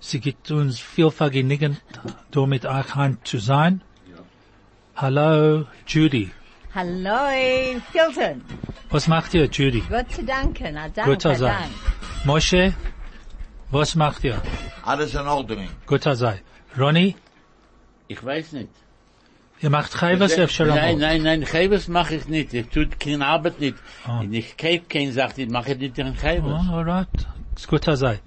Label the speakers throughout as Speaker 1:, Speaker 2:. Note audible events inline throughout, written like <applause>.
Speaker 1: Sie gibt uns viel Vergnügen, da mit euch heim zu sein. Hallo, Judy.
Speaker 2: Hallo, Hilton.
Speaker 1: Was macht ihr, Judy?
Speaker 2: Gott zu danken. Adank,
Speaker 1: Guter sei.
Speaker 2: Adank.
Speaker 1: Moshe, was macht ihr?
Speaker 3: Alles in <laughs> Ordnung.
Speaker 1: Guter sei. Ronny,
Speaker 4: Ich weiß nicht.
Speaker 1: ihr macht Chayvas öfter
Speaker 4: Nein,
Speaker 1: einmal.
Speaker 4: nein, nein, Chayvas mache ich nicht. Ich tue keine Arbeit nicht. Und Ich kaufe keine Sache, ich mache nicht den Chayvas.
Speaker 1: Oh, alright. Es guter sei.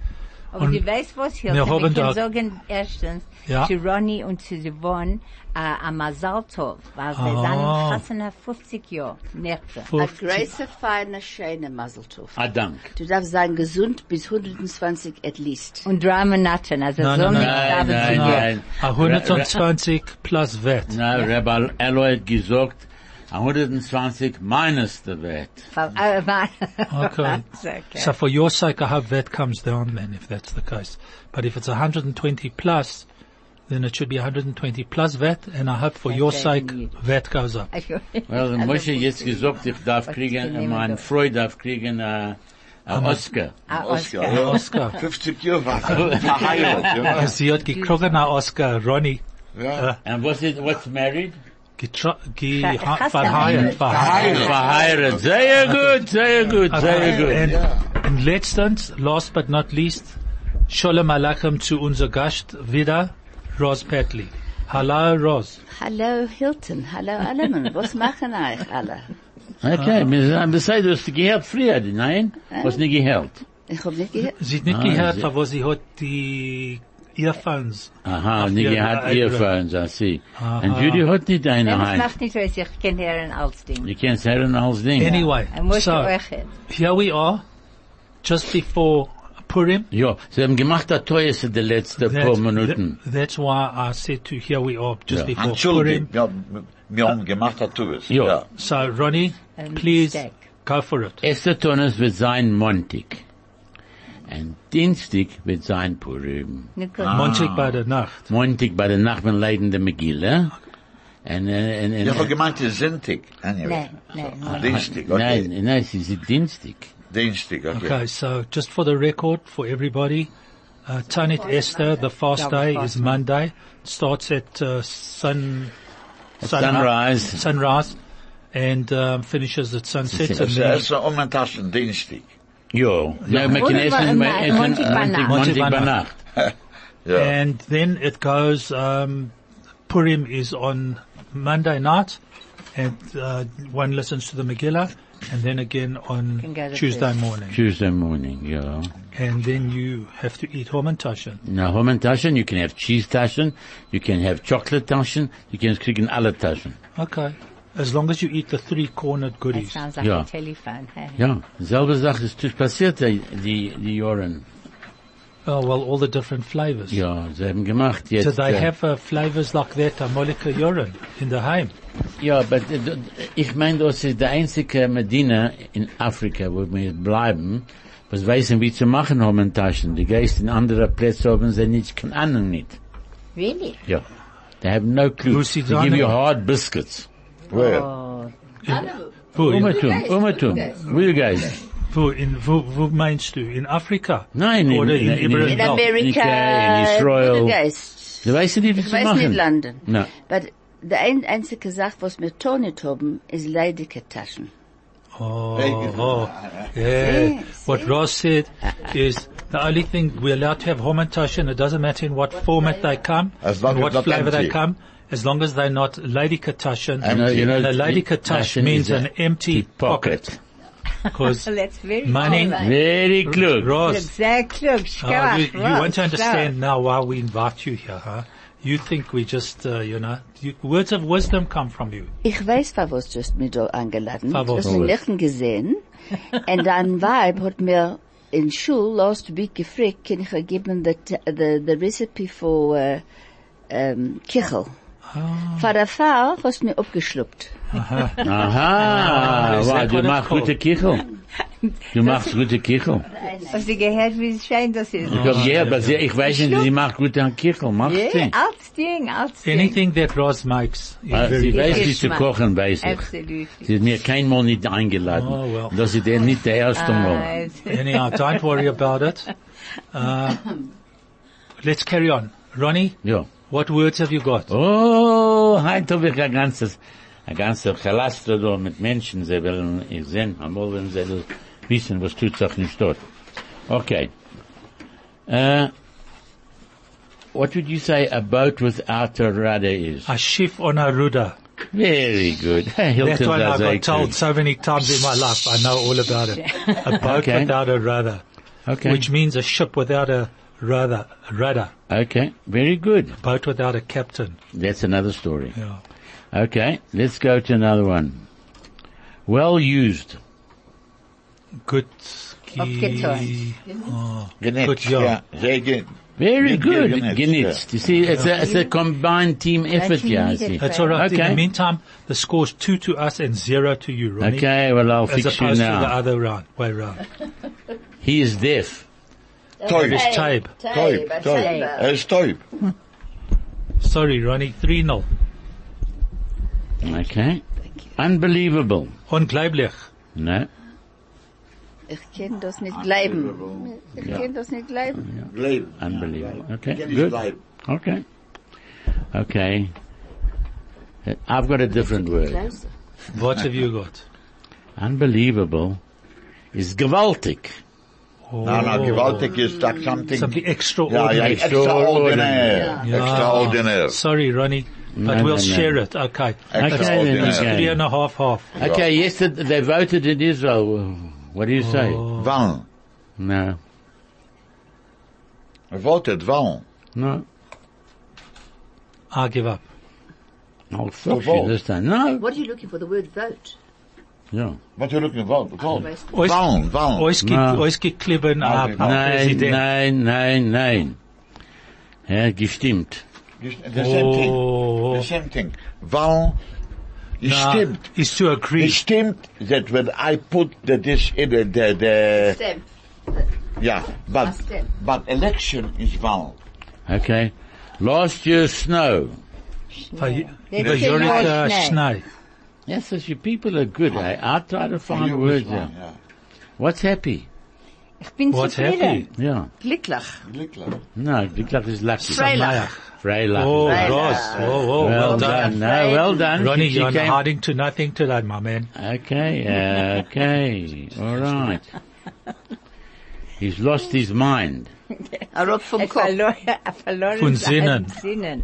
Speaker 2: Aber
Speaker 1: Und
Speaker 2: du weißt was,
Speaker 1: wir
Speaker 2: Hilton,
Speaker 1: haben
Speaker 2: ich kann
Speaker 1: da-
Speaker 2: sagen erstens
Speaker 1: Ja.
Speaker 2: zu Ronny und zu Yvonne äh, am Masaltov, weil sie
Speaker 1: Ah.
Speaker 2: sind fassen auf 50 Jahre, Nächte.
Speaker 5: A
Speaker 1: 50.
Speaker 5: große, feine, schöne Maseltuf.
Speaker 4: Ah, dank.
Speaker 5: Du darfst sein gesund bis 120 at least.
Speaker 2: Und drei Monate, also
Speaker 1: Nein,
Speaker 2: so
Speaker 1: nein,
Speaker 2: nicht
Speaker 4: nein,
Speaker 2: sterben
Speaker 4: nein,
Speaker 2: zu dir.
Speaker 4: nein.
Speaker 1: Genau. A 120 plus Wert.
Speaker 4: Na, Rebbe Eloi hat gesagt, 120 minus der Wert.
Speaker 2: Weil- äh, weil- <laughs>
Speaker 1: Okay.
Speaker 2: Also, Okay.
Speaker 1: So for your sake, I hope that comes down then, if that's the case. But if it's 120 plus, then it should be 120 plus VAT, and I hope for your sake, VAT goes
Speaker 2: <laughs>
Speaker 1: up.
Speaker 2: Also-
Speaker 4: Well,
Speaker 2: also
Speaker 4: Moshe jetzt
Speaker 2: 50
Speaker 4: gesagt, ich darf
Speaker 2: Was
Speaker 4: kriegen,
Speaker 2: nehmen
Speaker 4: mein
Speaker 2: wir?
Speaker 4: Freund darf kriegen, äh, ein Oscar.
Speaker 2: Ah,
Speaker 3: Oscar,
Speaker 2: Oscar.
Speaker 3: ja.
Speaker 1: Oscar.
Speaker 3: 50 Jahre war <laughs> verheiratet.
Speaker 1: Sie hat gekrogen a Oscar, Ronny.
Speaker 3: Ja.
Speaker 4: And was it, what's married?
Speaker 1: Getro- ge-
Speaker 2: Ver-
Speaker 1: ha-
Speaker 2: verheiratet.
Speaker 1: Verheiratet. Verheiratet.
Speaker 4: Verheiratet. Sehr gut, sehr gut, sehr gut.
Speaker 1: And, and letztens, last but not least, Shalom Aleichem zu unser Gast wieder, Roz Petley. Hallo, Roz.
Speaker 5: Hallo Hilton, hallo <laughs> Allemann, was machen euch alle?
Speaker 4: Okay, wir sind beseit, du hast gehört früher, nein? Was nicht gehört?
Speaker 5: Ich hab nicht gehört.
Speaker 1: Sie hat nicht
Speaker 4: Ah,
Speaker 1: gehört,
Speaker 4: sie-
Speaker 1: aber sie hat die Earphones.
Speaker 4: Aha,
Speaker 1: Auf
Speaker 4: nicht
Speaker 1: ihren
Speaker 4: gehört
Speaker 1: eigenen-
Speaker 4: Earphones, I see.
Speaker 1: Aha.
Speaker 4: Und Judy hat nicht eine
Speaker 2: Nein, das
Speaker 4: Hand.
Speaker 2: macht nicht so, ich kann hören als Ding.
Speaker 4: You can't say it als Ding.
Speaker 1: Anyway,
Speaker 2: Er muss
Speaker 1: so
Speaker 2: euch hin.
Speaker 1: here we are, just before Purim.
Speaker 4: Ja, sie haben gemacht das teuerste der letzten paar Minuten.
Speaker 1: that- that's why I said to here we are, just before
Speaker 4: Ja.
Speaker 1: Purim.
Speaker 3: Entschuldigung, wir haben- wir haben gemacht, was du bist.
Speaker 4: Ja.
Speaker 1: So Ronnie,
Speaker 2: A
Speaker 1: please
Speaker 2: mistake.
Speaker 1: go for it.
Speaker 4: Erster Tonnes wird sein Montag. Und Dienstag wird sein Purim.
Speaker 2: Nicht gut.
Speaker 1: Montag bei der Nacht.
Speaker 4: Montag bei der Nacht von Leiden der Megille. Und, äh, und, und,
Speaker 3: Ich habe gemeint, es ist Sonntag. Anyway.
Speaker 2: Nein, nein,
Speaker 3: Ah,
Speaker 2: nein.
Speaker 3: Dienstag, okay.
Speaker 4: Nein, nein, sie sind Dienstag.
Speaker 3: Dienstag, okay.
Speaker 1: Okay, so just for the record, for everybody, uh, Tanit Esther, the fast
Speaker 2: Yeah,
Speaker 1: day
Speaker 2: the fast
Speaker 1: is Monday. Starts at uh, sun,
Speaker 4: sunrise.
Speaker 1: sunrise, and um, finishes at sunset.
Speaker 4: Sunset.
Speaker 1: And
Speaker 3: Es
Speaker 1: then-
Speaker 3: ist um ein Taschen Dienstag.
Speaker 4: Jo. Ja, wir können
Speaker 2: Oder
Speaker 4: essen,
Speaker 2: bei-
Speaker 4: wir
Speaker 2: nein,
Speaker 4: essen
Speaker 2: Montag bei Nacht.
Speaker 4: Montag
Speaker 1: Montag bei
Speaker 4: bei
Speaker 1: Nacht.
Speaker 4: Nacht.
Speaker 3: Ja.
Speaker 1: And then it goes, um, Purim is on Monday night, and uh, one listens to the Megillah, and then again on
Speaker 2: Can go to
Speaker 1: Tuesday
Speaker 2: church.
Speaker 1: morning.
Speaker 4: Tuesday morning, ja.
Speaker 1: And then you have to eat Hormontashen.
Speaker 4: Now, Homan Taschen, you can have cheese Taschen, you can have chocolate Taschen, you can kriegen alle Taschen.
Speaker 1: Okay. As long as you eat the three-cornered
Speaker 2: That
Speaker 1: goodies.
Speaker 2: sounds like
Speaker 4: Ja.
Speaker 2: a <laughs> telephone. hey.
Speaker 4: Ja, selbe Sache ist durch passiert, die, die, die Joren.
Speaker 1: Oh, well, all the different flavors.
Speaker 4: Ja, sie haben gemacht jetzt.
Speaker 1: So they
Speaker 4: äh,
Speaker 1: have uh, flavors like that, a Molika urine in the heim.
Speaker 4: Ja, aber d- d- ich meine, das ist der einzige Medina in Afrika, wo wir bleiben, was wissen, wie zu machen Homan Taschen. Die Geist in andere Plätze haben sie nicht, keine Ahnung nicht.
Speaker 2: Really?
Speaker 4: Ja. They have no clue.
Speaker 1: Lucy
Speaker 4: They give you
Speaker 1: Garnier.
Speaker 4: hard biscuits.
Speaker 3: Where?
Speaker 2: Oh,
Speaker 1: Wo, in,
Speaker 4: Umatum, Umatum. Will guys.
Speaker 1: wo, in, wo, wo meinst du? In Afrika?
Speaker 4: Nein, in,
Speaker 1: Oder in,
Speaker 4: in, in,
Speaker 1: Ibrahim
Speaker 5: In
Speaker 1: Belt?
Speaker 5: Amerika,
Speaker 4: Genau. in Israel.
Speaker 5: guter Geist.
Speaker 4: Du weißt nicht, wie
Speaker 5: Ich
Speaker 4: zu
Speaker 5: weiß
Speaker 4: machen.
Speaker 5: nicht London.
Speaker 4: Na.
Speaker 5: But die ein, einzige Sache, was wir tun nicht haben, ist leidige Taschen.
Speaker 1: Oh,
Speaker 3: Hey,
Speaker 1: oh, yeah. What Ross said is the only thing we're allowed to have homentashen. It doesn't matter in what format they come,
Speaker 3: As long
Speaker 1: in
Speaker 3: as
Speaker 1: what
Speaker 3: not
Speaker 1: flavor they
Speaker 3: empty.
Speaker 1: come, as long as they're not lady katashen.
Speaker 4: You know, uh, you know,
Speaker 1: a lady katash
Speaker 4: Taschen
Speaker 1: means
Speaker 4: is a
Speaker 1: an empty pocket.
Speaker 4: pocket.
Speaker 2: <laughs>
Speaker 1: Because
Speaker 2: so that's very
Speaker 1: Money.
Speaker 2: clever.
Speaker 4: Very klug.
Speaker 1: Ross,
Speaker 2: Exactly.
Speaker 1: uh, you, you won't understand now why we invite you here, huh? You think we just, uh, you know, you, words of wisdom come from you.
Speaker 5: Ich weiß, war was du hast mich da angeladen.
Speaker 1: War
Speaker 5: Du
Speaker 1: was?
Speaker 5: hast mich lächeln gesehen. Und dein Weib hat mir in Schul last week gefragt, kann ich geben the, the, the recipe for, uh, um, Kichel.
Speaker 3: Ah.
Speaker 5: Für der Fall hast du mir abgeschluckt.
Speaker 4: Aha,
Speaker 1: <laughs> is
Speaker 4: wow,
Speaker 1: that what
Speaker 4: du
Speaker 1: it's
Speaker 4: machst
Speaker 1: called?
Speaker 4: gute Kichel. Du machst gute Kichel.
Speaker 6: Hast du gehört, wie schön das ist?
Speaker 1: Mm.
Speaker 4: Ich
Speaker 1: Oh,
Speaker 4: glaub, ja, aber sie, ich weiß nicht, sie macht gute Kichel, macht
Speaker 6: Ja,
Speaker 4: sie.
Speaker 6: altes Ding, altes Ding.
Speaker 1: Anything that Ross makes.
Speaker 4: Ah, Sie weiß, wie zu
Speaker 6: Geschmack.
Speaker 4: kochen, weiß ich.
Speaker 6: Absolut.
Speaker 4: Sie hat mir kein Mal nicht eingeladen.
Speaker 1: Oh, well.
Speaker 4: Das ist der nicht der erste Mal.
Speaker 1: <laughs>
Speaker 6: Also,
Speaker 1: Anyhow, uh, don't worry about it. Uh, let's carry on. Ronnie,
Speaker 4: Ja.
Speaker 1: what words have you got?
Speaker 4: Oh, heute hab ich ein ganzes, ein ganzer Chalaster da mit Menschen, sie wollen, ich sehen, einmal wenn sie das wissen, was tut sich nicht dort. Okay. Uh, what would you say a boat without a rudder is?
Speaker 1: A shift on a rudder.
Speaker 4: Very good. <laughs> Hilton
Speaker 1: That's what I
Speaker 4: does a
Speaker 1: got told
Speaker 4: good.
Speaker 1: so many times in my life. I know all about it. A boat
Speaker 4: Okay.
Speaker 1: without a rudder,
Speaker 4: Okay.
Speaker 1: which means a ship without a rudder, rudder.
Speaker 4: okay. Very good.
Speaker 1: Boat without a captain.
Speaker 4: That's another story.
Speaker 1: Yeah.
Speaker 4: Okay. Let's go to another one. Well used.
Speaker 1: Good. Oh,
Speaker 5: Aufgeteilt.
Speaker 3: Genetzt,
Speaker 1: Gut, ja.
Speaker 3: ja. Sehr gut.
Speaker 4: Very
Speaker 3: Genitzt,
Speaker 4: good.
Speaker 3: genitzt,
Speaker 4: Genitzt. You see, it's a, it's a combined team effort, yeah, I see.
Speaker 1: That's all right. In
Speaker 4: Okay.
Speaker 1: the meantime, the score's two to us and zero to you, Ronnie.
Speaker 4: Okay, well, I'll
Speaker 1: As
Speaker 4: fix you
Speaker 1: opposed to the
Speaker 4: now.
Speaker 1: other round, way round.
Speaker 4: He is deaf.
Speaker 3: Teub.
Speaker 1: It's Taib.
Speaker 3: Teub. Teub. Er ist Teub.
Speaker 1: Sorry, Ronnie. 3 0.
Speaker 4: Okay. Unbelievable.
Speaker 1: Unglaublich.
Speaker 4: No.
Speaker 5: Ich kann das nicht bleiben. Ich kann das nicht bleiben.
Speaker 3: Leben.
Speaker 4: Unbelievable. Okay.
Speaker 3: Kann ich
Speaker 4: Good.
Speaker 3: bleiben.
Speaker 4: Okay. Okay. Uh, I've got a different word.
Speaker 1: What have you
Speaker 4: <laughs>
Speaker 1: got?
Speaker 4: Unbelievable is gewaltig.
Speaker 3: Na, na, gewaltig ist da something.
Speaker 1: Oh. Something
Speaker 3: Ja,
Speaker 1: extraordinary.
Speaker 3: ja, extraordinär.
Speaker 1: Ja.
Speaker 3: Extraordinär.
Speaker 1: Sorry, Ronnie, but
Speaker 4: No,
Speaker 1: we'll
Speaker 4: no, no.
Speaker 1: share it. Okay.
Speaker 4: Okay.
Speaker 1: It's
Speaker 3: Extraordinär.
Speaker 1: three and a half half.
Speaker 4: Okay, yesterday they voted in Israel. What do you say?
Speaker 1: Oh.
Speaker 3: Wann?
Speaker 4: No.
Speaker 3: Votet, wann?
Speaker 4: No.
Speaker 1: I give up.
Speaker 4: I'll fuck you
Speaker 3: vote.
Speaker 4: this time. No.
Speaker 7: What are you looking for? The word vote.
Speaker 4: No.
Speaker 3: What you looking for? Wann?
Speaker 1: Ois-
Speaker 3: Wann? Wann?
Speaker 1: Ois
Speaker 4: No.
Speaker 1: ge- ois geklippen ab,
Speaker 3: give up.
Speaker 4: Nein,
Speaker 1: Präsident.
Speaker 4: nein, nein, nein. Ja, gestimmt.
Speaker 3: The same thing.
Speaker 1: Oh.
Speaker 3: The same thing. Wann?
Speaker 1: Ah,
Speaker 3: Stimmt.
Speaker 1: Is to agree.
Speaker 3: It stimmt that when I put the, this in the, the, the
Speaker 7: Stamp.
Speaker 3: yeah, but,
Speaker 7: stamp.
Speaker 3: but election is valid.
Speaker 4: Okay. Last year's snow.
Speaker 1: Majorita uh, Schnei.
Speaker 4: Yes, yes, you people are good. eh? I, I'll try to find words.
Speaker 3: Yeah.
Speaker 4: yeah. What's happy?
Speaker 5: Ich bin
Speaker 1: What's
Speaker 5: zufrieden.
Speaker 1: happy?
Speaker 4: Yeah.
Speaker 5: Glücklich.
Speaker 3: Glücklich.
Speaker 4: No, Glücklich is lucky.
Speaker 7: Freilich.
Speaker 4: Freilich.
Speaker 1: Oh, Ross. Oh, oh,
Speaker 4: well,
Speaker 1: well done.
Speaker 4: done. No, well done.
Speaker 1: Ronnie,
Speaker 4: You
Speaker 1: you're
Speaker 4: came-
Speaker 1: hiding to nothing today, my man.
Speaker 4: Okay, okay. All right. He's lost his mind.
Speaker 7: A rock from
Speaker 6: Ich
Speaker 7: Kopf.
Speaker 6: verlor, ich verlor
Speaker 1: Von
Speaker 6: es an
Speaker 1: Sinnen.
Speaker 6: Sinnen.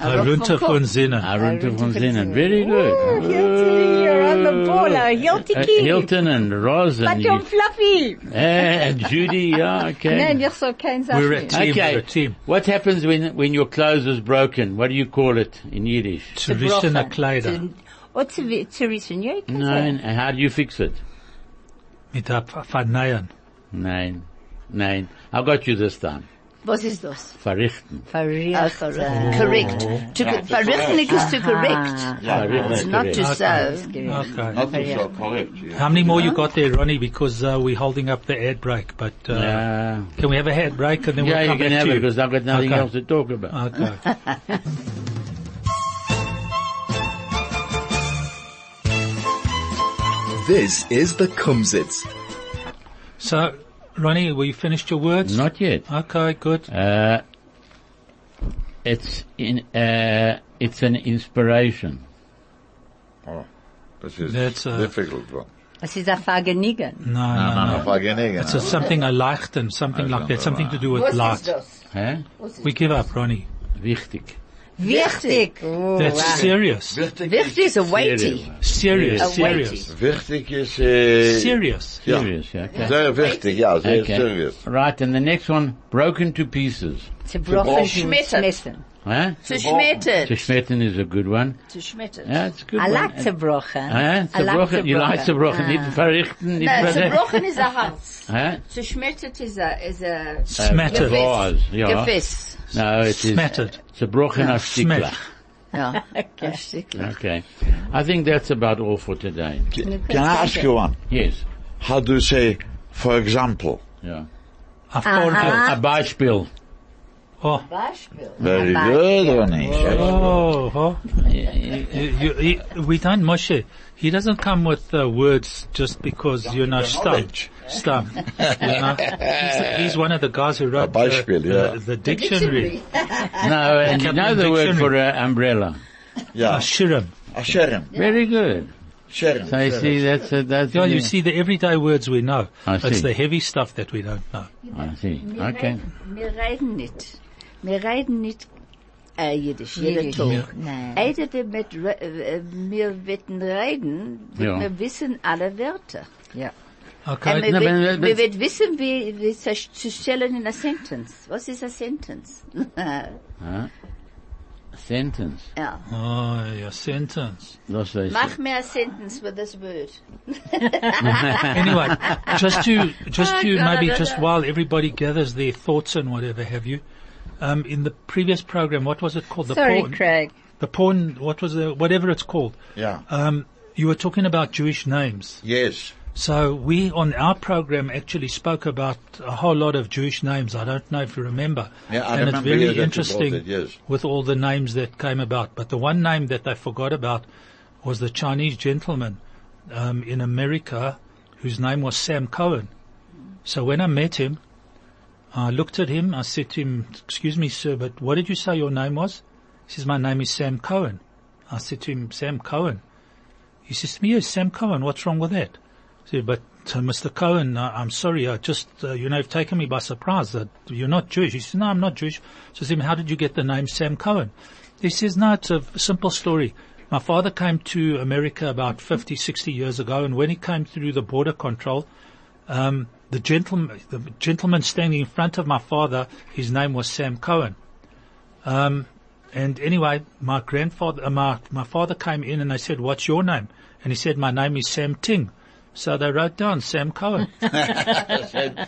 Speaker 1: Runter von Sinnen.
Speaker 4: Arunta von Zinnen. Very good.
Speaker 6: Hilton, you're on the ball. Uh, Hilton
Speaker 4: Uh,
Speaker 6: King.
Speaker 4: Hilton and Roz and,
Speaker 6: But you're fluffy.
Speaker 4: you- Eh, and Judy, yeah, okay.
Speaker 5: Nein, ich soll kein
Speaker 1: We're
Speaker 5: Sachen.
Speaker 1: a team. We're a team.
Speaker 4: What happens when when your clothes is broken? What do you call it in Yiddish?
Speaker 1: Zu richten a Kleider.
Speaker 6: Zu- Oh, zu, zu rissen, ja, ich kann sagen.
Speaker 4: Nein. How do you fix it?
Speaker 1: Mit a Verneihen.
Speaker 4: Nein. Nein. I got you this time.
Speaker 5: Was ist das?
Speaker 4: Verrichten.
Speaker 6: Verriert.
Speaker 7: Ah, Correct. To
Speaker 3: Oh.
Speaker 7: co- verrichtlich is to correct.
Speaker 3: Yeah,
Speaker 7: It's not to
Speaker 4: Correct.
Speaker 7: serve.
Speaker 1: Okay.
Speaker 3: Not so correct. yeah.
Speaker 1: How many more you got there, Ronnie? Because uh, we're holding up the ad break. But uh,
Speaker 4: Uh,
Speaker 1: can we have a ad break and then
Speaker 4: yeah,
Speaker 1: we'll
Speaker 4: you
Speaker 1: come
Speaker 4: can
Speaker 1: back
Speaker 4: have
Speaker 1: to
Speaker 4: it
Speaker 1: you?
Speaker 4: because I've got nothing
Speaker 1: Okay. Uh,
Speaker 4: else to talk about.
Speaker 1: Okay.
Speaker 4: <laughs>
Speaker 8: This is the Kumsitz.
Speaker 1: So, Ronnie, were you finished your words?
Speaker 4: Not yet.
Speaker 1: Okay, good.
Speaker 4: Uh, it's in. Uh, it's an inspiration.
Speaker 3: Oh, this is
Speaker 1: That's, uh,
Speaker 3: difficult one.
Speaker 5: Es ist ein Vergnügen.
Speaker 1: No, no, no.
Speaker 3: If I can hear
Speaker 1: It's a, something I liked and something like that. Something to do with light.
Speaker 4: Huh?
Speaker 1: We give up, Ronnie.
Speaker 4: Wichtig.
Speaker 5: Wichtig.
Speaker 1: That's serious.
Speaker 5: Wichtig ist ein
Speaker 4: Serious.
Speaker 5: weighty.
Speaker 1: Serious,
Speaker 5: weighty.
Speaker 1: serious.
Speaker 3: Wichtig ist, äh,
Speaker 1: Serious.
Speaker 3: Ja.
Speaker 4: Serious. yeah, Okay.
Speaker 3: Sehr wichtig, ja, sehr
Speaker 4: Okay.
Speaker 3: serious.
Speaker 4: Right, and the next one, broken to pieces.
Speaker 2: Zerbrochen
Speaker 7: Schmettert.
Speaker 2: Schmessen.
Speaker 4: Huh?
Speaker 7: Zerschmettert.
Speaker 4: To Schmetten is a good one.
Speaker 7: Zerschmettert.
Speaker 4: Yeah, it's a good
Speaker 2: I
Speaker 4: one.
Speaker 2: like zerbrochen.
Speaker 6: eh?
Speaker 4: Huh?
Speaker 2: I like
Speaker 4: Zerbrochen. You like zerbrochen. Niet verrichten. Niet
Speaker 5: Äh,
Speaker 7: No,
Speaker 4: verrichten.
Speaker 7: zerbrochen is a Hals.
Speaker 4: Huh? Uh,
Speaker 7: Zerschmettert is a, is a...
Speaker 1: Smattered.
Speaker 4: Gevest. Ja.
Speaker 7: Gefäß.
Speaker 4: No, it is.
Speaker 1: Smattered.
Speaker 4: Zerbrochen auf
Speaker 1: Smattered.
Speaker 4: Stiklach.
Speaker 5: <laughs> Ja.
Speaker 4: Okay. I think that's about all for today.
Speaker 3: Can I ask you one?
Speaker 4: Yes.
Speaker 3: How do you say, for example?
Speaker 4: Yeah.
Speaker 1: A fork.
Speaker 2: Uh,
Speaker 4: A Beispiel.
Speaker 1: Oh,
Speaker 5: Uh-huh.
Speaker 3: Very good, Ronnie.
Speaker 1: oh, oh. You- you- he- we don't Moshe. He doesn't come with uh, words just because you know stumped, stumped. You know, he's, he's one of the guys who wrote the,
Speaker 3: Beispiel, yeah.
Speaker 1: the, the dictionary.
Speaker 4: No, and you
Speaker 1: Captain
Speaker 4: know the word for
Speaker 1: Dictionary.
Speaker 4: uh, umbrella.
Speaker 3: Yeah.
Speaker 1: Ashiram.
Speaker 3: Sharon.
Speaker 4: Very good.
Speaker 3: Sharon.
Speaker 4: So you see, that's a, that's
Speaker 1: Yeah,
Speaker 4: a-
Speaker 1: you see the everyday words we know.
Speaker 4: I
Speaker 1: It's
Speaker 4: see.
Speaker 1: the heavy stuff that we don't know.
Speaker 4: I see. Okay.
Speaker 5: Wir reden nicht. Wir reden nicht äh, Jiddisch, jeden
Speaker 2: Jiddisch.
Speaker 5: Tag.
Speaker 2: Nein.
Speaker 5: Einer, der mit, re- äh, wir werden reden,
Speaker 4: Ja.
Speaker 5: wird wir wissen alle Wörter.
Speaker 2: Ja.
Speaker 5: Und
Speaker 1: Okay.
Speaker 5: wir
Speaker 4: Äh, na,
Speaker 5: wird-
Speaker 4: wenn-
Speaker 5: wir
Speaker 4: wenn-
Speaker 5: wird wissen, wie, wie zu zu stellen in a sentence. Was ist
Speaker 7: <laughs>
Speaker 5: a sentence?
Speaker 4: Sentence.
Speaker 5: ja.
Speaker 1: Oh, your sentence.
Speaker 4: That's what I said.
Speaker 5: Mach mir a sentence with this word.
Speaker 1: Anyway, just to, just to
Speaker 5: God,
Speaker 1: maybe
Speaker 5: I
Speaker 1: just
Speaker 5: don't-
Speaker 1: while everybody gathers their thoughts and whatever have you, um, in the previous program, what was it called? The
Speaker 6: Sorry,
Speaker 1: porn,
Speaker 6: Craig.
Speaker 1: the porn, what was the, whatever it's called.
Speaker 3: Yeah.
Speaker 1: Um, you were talking about Jewish names.
Speaker 3: Yes.
Speaker 1: So we on our program actually spoke about a whole lot of Jewish names. I don't know if you remember.
Speaker 3: Yeah, I
Speaker 1: and
Speaker 3: remember,
Speaker 1: it's
Speaker 3: yeah,
Speaker 1: very
Speaker 3: that you
Speaker 1: interesting
Speaker 3: brought it, yes.
Speaker 1: with all the names that came about. But the one name that they forgot about was the Chinese gentleman um, in America whose name was Sam Cohen. So when I met him, I looked at him. I said to him, "Excuse me, sir, but what did you say your name was?" He says, "My name is Sam Cohen." I said to him, "Sam Cohen." He says to me, "Yes, Sam Cohen. What's wrong with that?" I said, "But uh, Mr. Cohen, I, I'm sorry. I just, uh, you know, you've taken me by surprise. That you're not Jewish." He says, "No, I'm not Jewish." So I said, "How did you get the name Sam Cohen?" He says, "No, it's a simple story." My father came to America about 50, 60 years ago, and when he came through the border control, um, the gentleman, the gentleman standing in front of my father, his name was Sam Cohen. Um, and anyway, my grandfather, uh, my, my father came in and I said, what's your name? And he said, my name is Sam Ting. So they wrote down Sam Cohen.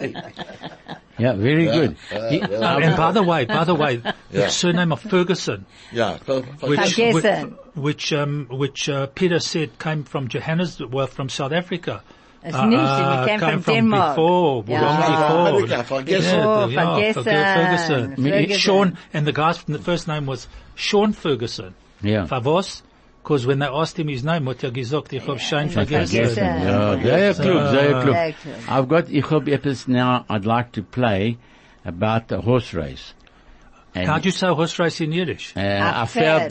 Speaker 4: Yeah, very good. He-
Speaker 3: Eh,
Speaker 1: Um,
Speaker 3: Nou,
Speaker 2: Um,
Speaker 1: and by the way, by the
Speaker 2: <laughs>
Speaker 1: way, the surname of Ferguson,
Speaker 3: Yeah.
Speaker 1: which, which,
Speaker 2: Ferguson.
Speaker 1: which, um, which, uh, Peter said came from Johannesburg, well, from South Africa. Uh,
Speaker 2: It's nice, it came from Denmark.
Speaker 1: before,
Speaker 2: Yeah.
Speaker 1: long before.
Speaker 3: America, forget
Speaker 1: Yeah,
Speaker 3: it.
Speaker 2: Oh,
Speaker 1: the- yeah,
Speaker 2: Ferguson.
Speaker 1: Ferguson.
Speaker 2: Ferguson.
Speaker 1: Sean, and the guy's the first name was Sean Ferguson.
Speaker 4: Yeah.
Speaker 1: Favos, because when they asked him his name, what you gesagt, ich hab Sean
Speaker 4: Vergessen.
Speaker 1: Ferguson.
Speaker 4: Ja, sehr klug, sehr klug.
Speaker 2: Sehr klug.
Speaker 4: I've got, ich hab etwas now I'd like to play about the horse race. And,
Speaker 1: How'd you say horse race in Yiddish?
Speaker 4: Uh, a
Speaker 2: A
Speaker 4: Pferd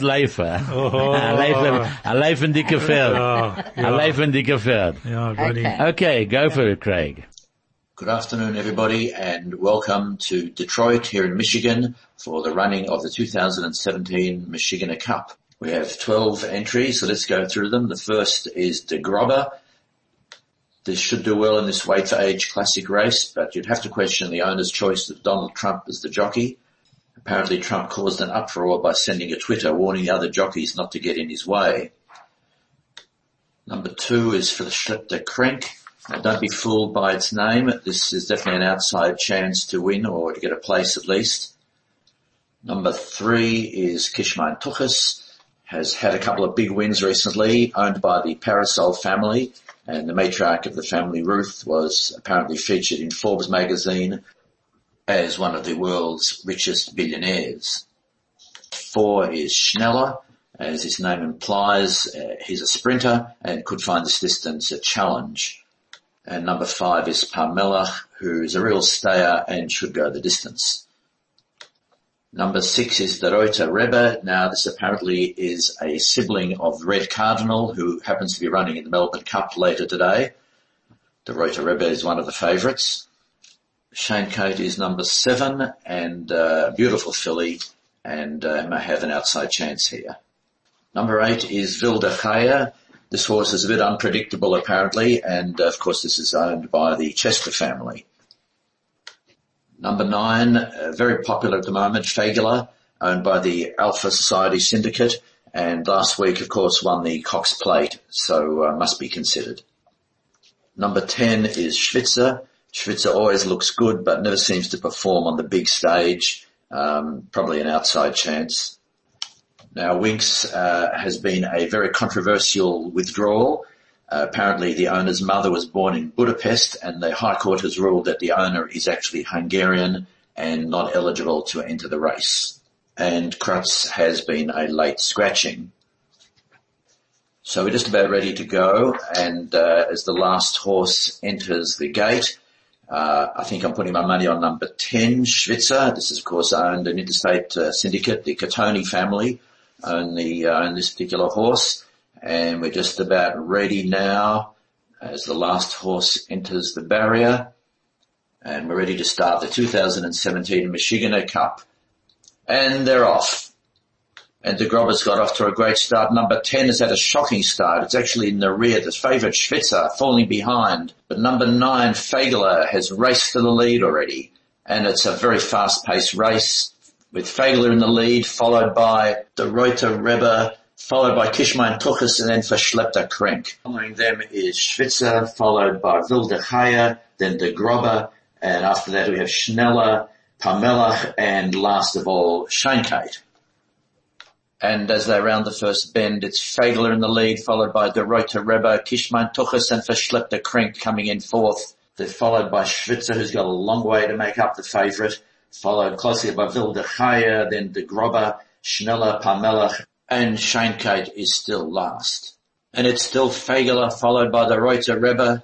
Speaker 2: Pferd.
Speaker 4: Leifer. <laughs> A Leifer, a leifendicke Pferd. A leifendicke Pferd.
Speaker 1: Yeah, Ronnie.
Speaker 4: Okay, go for it, Craig.
Speaker 9: Good afternoon, everybody, and welcome to Detroit here in Michigan for the running of the 2017 Michiganer Cup. We have 12 entries, so let's go through them. The first is De Grobber. This should do well in this weight for age classic race, but you'd have to question the owner's choice of Donald Trump as the jockey. Apparently Trump caused an uproar by sending a Twitter warning the other jockeys not to get in his way. Number two is for the Schlepter Crank. Now, don't be fooled by its name. This is definitely an outside chance to win or to get a place at least. Number three is Kishmine Tuchus. Has had a couple of big wins recently, owned by the Parasol family, and the matriarch of the family, Ruth, was apparently featured in Forbes magazine as one of the world's richest billionaires four is Schneller. As his name implies, uh, he's a sprinter and could find this distance a challenge. And number five is Parmelach, who is a real stayer and should go the distance. Number six is the Reuter Rebbe. Now this apparently is a sibling of Red Cardinal who happens to be running in the Melbourne Cup later today. The Reuter Rebbe is one of the favourites. Shane Cote is number seven and uh, beautiful filly and uh, may have an outside chance here. Number eight is Vildachaya. This horse is a bit unpredictable apparently and uh, of course this is owned by the Chester family. Number nine, uh, very popular at the moment, Fagula, owned by the Alpha Society Syndicate, and last week, of course, won the Cox Plate, so uh, must be considered. Number 10 is Schwitzer. Schwitzer always looks good, but never seems to perform on the big stage. Um, probably an outside chance. Now, Winks uh, has been a very controversial withdrawal. Uh, apparently, the owner's mother was born in Budapest, and the High Court has ruled that the owner is actually Hungarian and not eligible to enter the race. And Krutz has been a late scratching. So we're just about ready to go, and uh, as the last horse enters the gate, uh, I think I'm putting my money on number 10, Schwitzer. This is, of course, owned an interstate uh, syndicate, the Catoni family, own the uh, own this particular horse, and we're just about ready now as the last horse enters the barrier, and we're ready to start the 2017 Michigan Cup, and they're off. And De Grobber's got off to a great start. Number 10 has had a shocking start. It's actually in the rear. The favourite Schwitzer falling behind. But number 9, Fagler, has raced to the lead already. And it's a very fast-paced race with Fagler in the lead, followed by De Reuter Rebbe, followed by Kishma and Tuchus, and then for Schlepter Krenk. Following them is Schwitzer, followed by Wilde Haya, then De Grobber, and after that we have Schneller, Parmelach, and last of all, Shankate. And as they round the first bend, it's Fagler in the lead, followed by De Reuter Rebbe, Kishman Tuchus and Verschlepter Krink coming in fourth. They're followed by Schwitzer, who's got a long way to make up the favourite, followed closely by Wilde Chaya, then De Grobber, Schneller, Parmelach, and Shankate is still last. And it's still Fagler, followed by De Reuter Rebbe,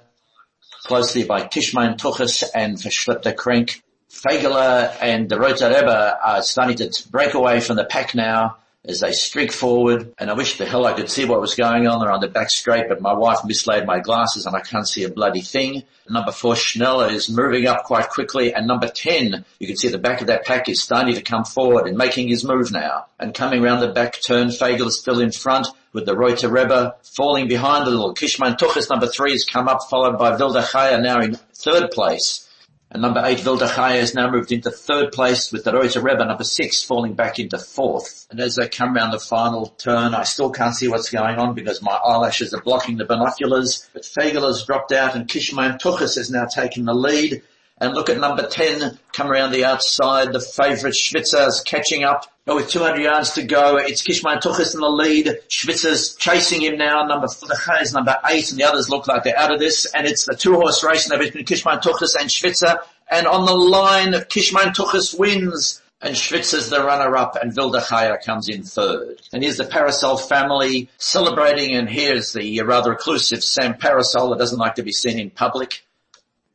Speaker 9: closely by Kishman Tuchus and Verschlepter Krink. Fagler and De Reuter Rebbe are starting to break away from the pack now as they streak forward. And I wish the hell I could see what was going on. They're on the back straight, but my wife mislaid my glasses and I can't see a bloody thing. Number four, Schneller is moving up quite quickly. And number 10, you can see the back of that pack is starting to come forward and making his move now. And coming round the back turn, Fagel is still in front with the Reuter Rebbe falling behind the little Kishman Tuchis. Number three has come up, followed by Wilde Chaya now in third place. And number eight, Vildachaya has now moved into third place with the Rosa Rebbe, number six, falling back into fourth. And as they come round the final turn, I still can't see what's going on because my eyelashes are blocking the binoculars. But Fagel has dropped out and Kishman Tuchus has now taken the lead. And look at number 10, come around the outside, the favourite Schwitzer is catching up. Now with 200 yards to go, it's Kishman Tuchis in the lead. Schwitzer's chasing him now, number four, the is number eight, and the others look like they're out of this. And it's the two-horse race now between Kishman Tuchis and Schwitzer. And on the line, Kishman Tuchis wins. And Schwitzer's the runner-up and Wildechaya comes in third. And here's the Parasol family celebrating and here's the rather reclusive Sam Parasol that doesn't like to be seen in public.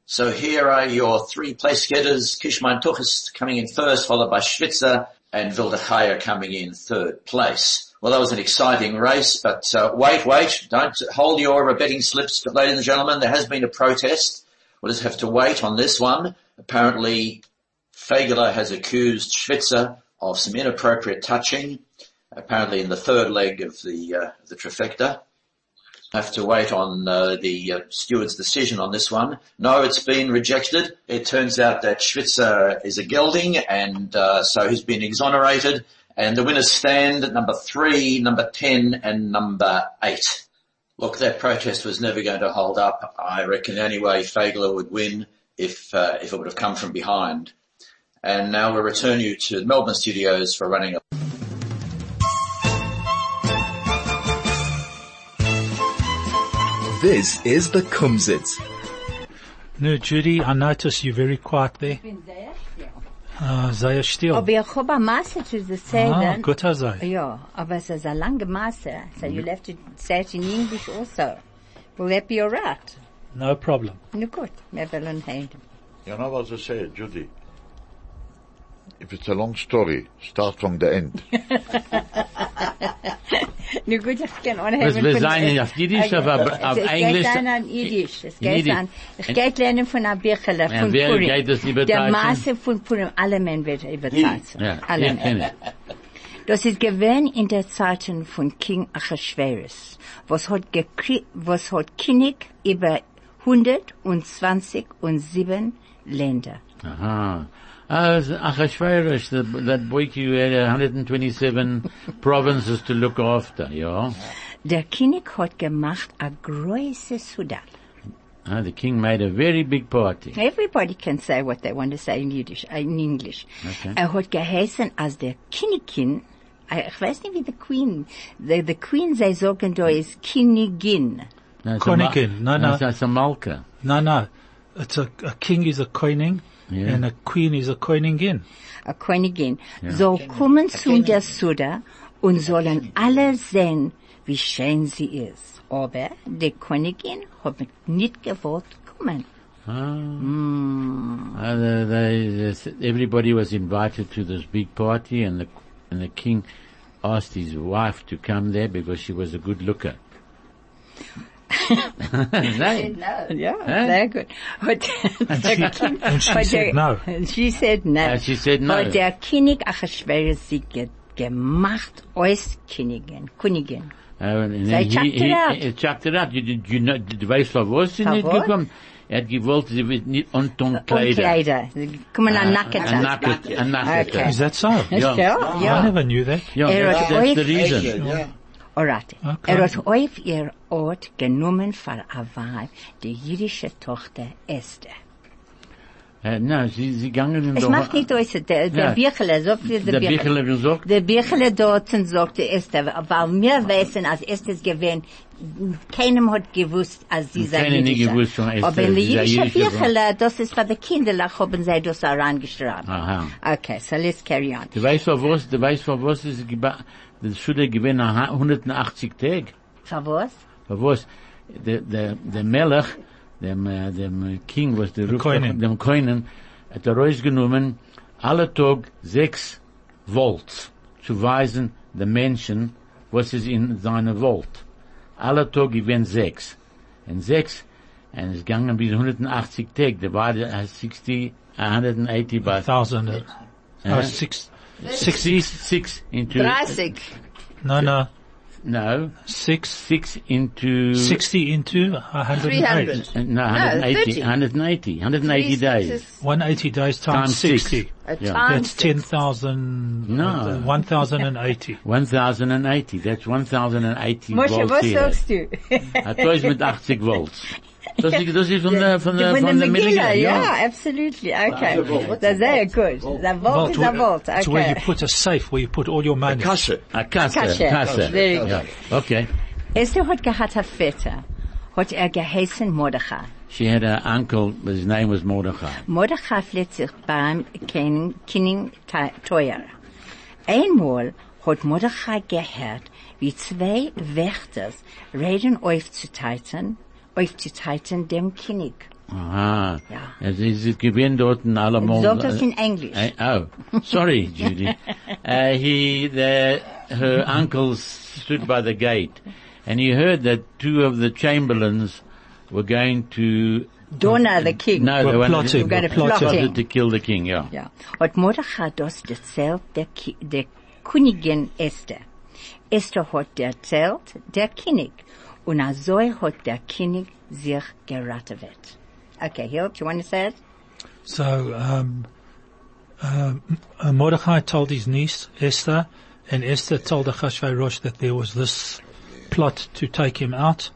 Speaker 9: So here are your three place getters, Kishman Tuchis coming in first, followed by Schwitzer and Vildechaya coming in third place. Well, that was an exciting race, but uh, wait, wait, don't hold your betting slips, but ladies and gentlemen, there has been a protest. We'll just have to wait on this one. Apparently, Fagler has accused Schwitzer of some inappropriate touching, apparently in the third leg of the, uh, the trifecta have to wait on uh, the uh, steward's decision on this one. No, it's been rejected. It turns out that Schwitzer is a gelding and uh, so he's been exonerated. And the winners stand at number three, number ten and number eight. Look, that protest was never going to hold up. I reckon anyway Fagler would win if, uh, if it would have come from behind. And now we'll return you to the Melbourne studios for running a...
Speaker 8: This is the Kumsitz.
Speaker 1: No, Judy, I notice you're very quiet there. Uh, sei es still.
Speaker 2: Aber ich habe eine Masse zu sagen.
Speaker 6: eh?
Speaker 1: Ah, gut, er sei.
Speaker 2: Ja, Oh, aber es ist eine lange Masse. So you'll
Speaker 4: Mhm.
Speaker 2: have to say it in English also. Will that be alright?
Speaker 1: No problem.
Speaker 2: Na gut, wir wollen <laughs> hören.
Speaker 3: You know what I say, Judy? If it's a long story, start from the end.
Speaker 2: Na gut, ich kann anhören.
Speaker 4: Was wir
Speaker 2: von-
Speaker 4: sagen auf Jiddisch,
Speaker 2: Äh,
Speaker 4: auf, auf,
Speaker 2: es-
Speaker 4: auf
Speaker 2: es
Speaker 4: Englisch.
Speaker 2: geht an an Jiddisch. Es geht
Speaker 4: Jiddisch.
Speaker 2: an, ich geht lernen von einem Bücherle, von
Speaker 4: wer
Speaker 2: Purim.
Speaker 4: geht das
Speaker 2: Der
Speaker 4: übertreiben?
Speaker 2: Maße von Purim, alle Menschen wird übertragen.
Speaker 4: Ja,
Speaker 2: alle
Speaker 4: ich
Speaker 2: Menschen.
Speaker 4: kenne es.
Speaker 2: Das ist gewesen in der Zeiten von King Achashveros, was hat gekrie was hat König über 120 und sieben Länder.
Speaker 4: Aha. Uh, Achashverosh, the, that boy who had 127 provinces to look after, yeah.
Speaker 2: Der König hat gemacht a große Suda.
Speaker 4: Uh, the king made a very big party.
Speaker 2: Everybody can say what they want to say in Yiddish, uh, in English.
Speaker 4: Okay.
Speaker 2: Er hat geheißen, als der Königin, äh, ich weiß nicht wie the Queen, the, the Queen, sie sagen da ist Königin.
Speaker 4: No, it's a ma-
Speaker 1: Königin, no, no.
Speaker 4: It's, it's a malka.
Speaker 1: No, no. It's a, a king is a koining
Speaker 4: Yeah.
Speaker 1: and a queen is a koiningin.
Speaker 2: a Königin, soll kommen zu der Suda und sollen alle sehen, wie schön sie ist. Aber die Königin hat nicht gewollt kommen.
Speaker 4: Uh, they, they, they- everybody was invited to this big party and the, and the king asked his wife to come there because she was a good looker. <laughs> Right.
Speaker 2: Ja,
Speaker 4: Hä?
Speaker 2: sehr gut.
Speaker 4: <laughs>
Speaker 2: Und der Kind,
Speaker 1: and she
Speaker 2: und
Speaker 1: said no.
Speaker 2: <laughs> She said no.
Speaker 4: And she said no.
Speaker 2: Und der König Achashverosh sie ge gemacht als Königin, Königin.
Speaker 4: Uh, and
Speaker 2: Zij
Speaker 4: he-
Speaker 2: chucked it
Speaker 4: he-
Speaker 2: out.
Speaker 4: he chucked it out. eh, You, did you know, did, weißt du, was sie
Speaker 2: Van
Speaker 4: nicht
Speaker 2: wat?
Speaker 4: gekommen? Er hat gewollt, sie wird nicht an ton
Speaker 2: Und
Speaker 4: Kleider.
Speaker 2: Kleider. Kommen an Nacket
Speaker 4: A naked, a naked.
Speaker 2: Okay.
Speaker 1: Is that <laughs> so?
Speaker 4: Ja.
Speaker 2: Ja,
Speaker 1: I
Speaker 2: ja.
Speaker 1: never knew that.
Speaker 4: Yeah,
Speaker 2: Er
Speaker 4: that's,
Speaker 2: hat
Speaker 4: that's the
Speaker 2: euch-
Speaker 4: reason.
Speaker 3: Yeah.
Speaker 2: Alright.
Speaker 1: Okay.
Speaker 2: Er hat auf ihr Ort genommen für eine Weib, die jüdische Tochter Esther.
Speaker 4: Uh, no, sie, sie gangen in
Speaker 2: Es
Speaker 4: der-
Speaker 2: macht nicht aus, der, der
Speaker 4: Ja.
Speaker 2: Birchele, so viel
Speaker 4: Der
Speaker 2: der Birchele.
Speaker 4: Bichler gesagt,
Speaker 2: Der Birchele dort sagte Esther, weil wir wissen, als Esther gewesen, keinem hat gewusst, als sie sei
Speaker 4: Hm, Keiner nie
Speaker 2: jüdische.
Speaker 4: gewusst von Esther,
Speaker 2: Aber die
Speaker 4: sie sei
Speaker 2: jüdische
Speaker 4: jüdisch geworden.
Speaker 2: Birchele, das ist für die Kinder, haben sie das herangeschrieben.
Speaker 4: Aha.
Speaker 2: Okay, so let's carry on.
Speaker 4: du weißt von was, du weißt von was ist geba, das Schule gewinnt nach ha- 180 Tag.
Speaker 2: Für was?
Speaker 4: Von was? Der, der, der Melech, dem, äh, dem King, was der Ruf,
Speaker 1: Koinen.
Speaker 4: dem Koinen, hat er rausgenommen, alle Tag 6 Volt zu weisen, der Menschen, was ist in seiner Volt. Alle Tag gewinnt 6. Und 6, und es gegangen bis 180 Tag, der war der 60, 180
Speaker 1: A
Speaker 4: bei
Speaker 1: thousand. uh,
Speaker 4: Yeah.
Speaker 1: oh, six,
Speaker 4: 66 into
Speaker 5: 30.
Speaker 1: no, no.
Speaker 4: no
Speaker 1: Six,
Speaker 4: 6 into
Speaker 1: 60 into a hundred and
Speaker 5: 300.
Speaker 1: eight.
Speaker 4: uh, no 180
Speaker 5: 30.
Speaker 4: 180 180 days
Speaker 1: 180 days
Speaker 4: times
Speaker 1: times 60.
Speaker 4: 6
Speaker 5: Yeah.
Speaker 4: yeah.
Speaker 1: That's uh, 10,000,
Speaker 4: No.
Speaker 1: 1,080.
Speaker 4: 1080 that's 1080
Speaker 6: Moshe,
Speaker 4: volts
Speaker 6: was
Speaker 4: here
Speaker 6: sagst du?
Speaker 4: Hat euch mit 80 volts das ist das ist von der von der
Speaker 2: Von
Speaker 4: von
Speaker 2: der
Speaker 4: der
Speaker 2: Megillah,
Speaker 4: Megillah,
Speaker 2: ja, absolutely, okay. Das ist sehr gut. Der Volt
Speaker 1: Vault,
Speaker 2: ist der Volt,
Speaker 1: It's where you
Speaker 2: okay.
Speaker 1: put a safe, where you put all your money.
Speaker 3: Kasha.
Speaker 4: a kasse
Speaker 2: Kasse.
Speaker 4: kasse
Speaker 2: Very good.
Speaker 4: Ah, Yeah. okay
Speaker 2: Esther hat gehabt einen Vetter, hat er geheißen Mordechai.
Speaker 4: she had an uncle his name was Mordechai
Speaker 2: Mordechai flieht sich beim Ken- Kinning te- teuer. Einmal hat Mordechai gehört, wie zwei Wächter reden aufzuteiten, aufzuteiten dem König.
Speaker 4: aha
Speaker 2: Ja.
Speaker 4: es ist gewesen dort in aller Mond
Speaker 2: Sagt das in English.
Speaker 4: I- oh, sorry, Judy. Uh, he, the, her uncle stood by the gate, and he heard that two of the chamberlains were going to.
Speaker 2: Donna, the king.
Speaker 4: No, they
Speaker 1: Were
Speaker 4: wanted-
Speaker 1: plotting. We're
Speaker 2: gonna plot him.
Speaker 4: to kill the king. Yeah.
Speaker 2: Ja. Hat Mordechai das erzählt der, Ki der Königin Esther. Esther hat erzählt der König. Und also hat der König sich geraten wird. Okay, Hill, do you want to say it?
Speaker 1: So um, uh, M- Mordechai told his niece Esther, and Esther told Achashverosh that there was this plot to take him out,